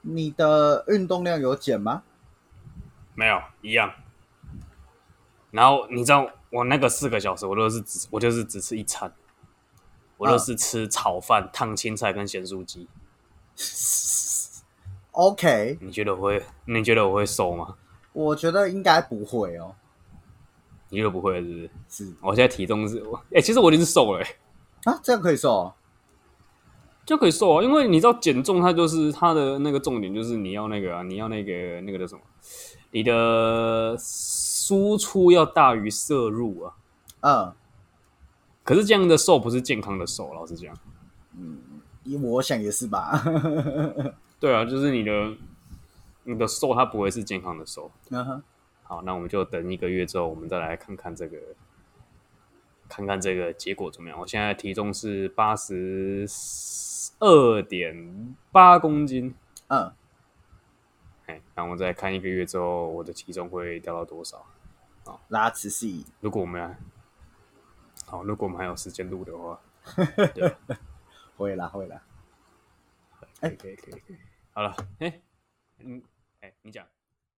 Speaker 2: 你的运动量有减吗？
Speaker 1: 没有，一样。然后你知道我那个四个小时，我都是只我就是只吃一餐，我都是吃炒饭、烫青菜跟咸酥鸡。
Speaker 2: OK，
Speaker 1: 你觉得我会？你觉得我会瘦吗？
Speaker 2: 我觉得应该不会哦。
Speaker 1: 你觉得不会是不是？
Speaker 2: 是
Speaker 1: 我现在体重是，我哎、其实我已经是瘦了、欸，
Speaker 2: 啊，这样可以瘦哦、
Speaker 1: 就可以瘦啊。因为你知道减重，它就是它的那个重点就是你要那个啊，你要那个那个叫什么？你的输出要大于摄入啊。
Speaker 2: 嗯
Speaker 1: 可是这样的瘦不是健康的瘦，老实讲。
Speaker 2: 以我想也是吧。
Speaker 1: 对啊，就是你的你的瘦，它不会是健康的瘦。
Speaker 2: 嗯哼
Speaker 1: 好，那我们就等一个月之后，我们再来看看这个，看看这个结果怎么样。我现在体重是八十二点八公斤，
Speaker 2: 嗯，
Speaker 1: 哎，那我们再看一个月之后，我的体重会掉到多少？
Speaker 2: 拉直系
Speaker 1: 如果我们还好，如果我们还有时间录的话，
Speaker 2: 会啦会啦。
Speaker 1: 可以可以可以可以。好了，哎，嗯，哎，你讲。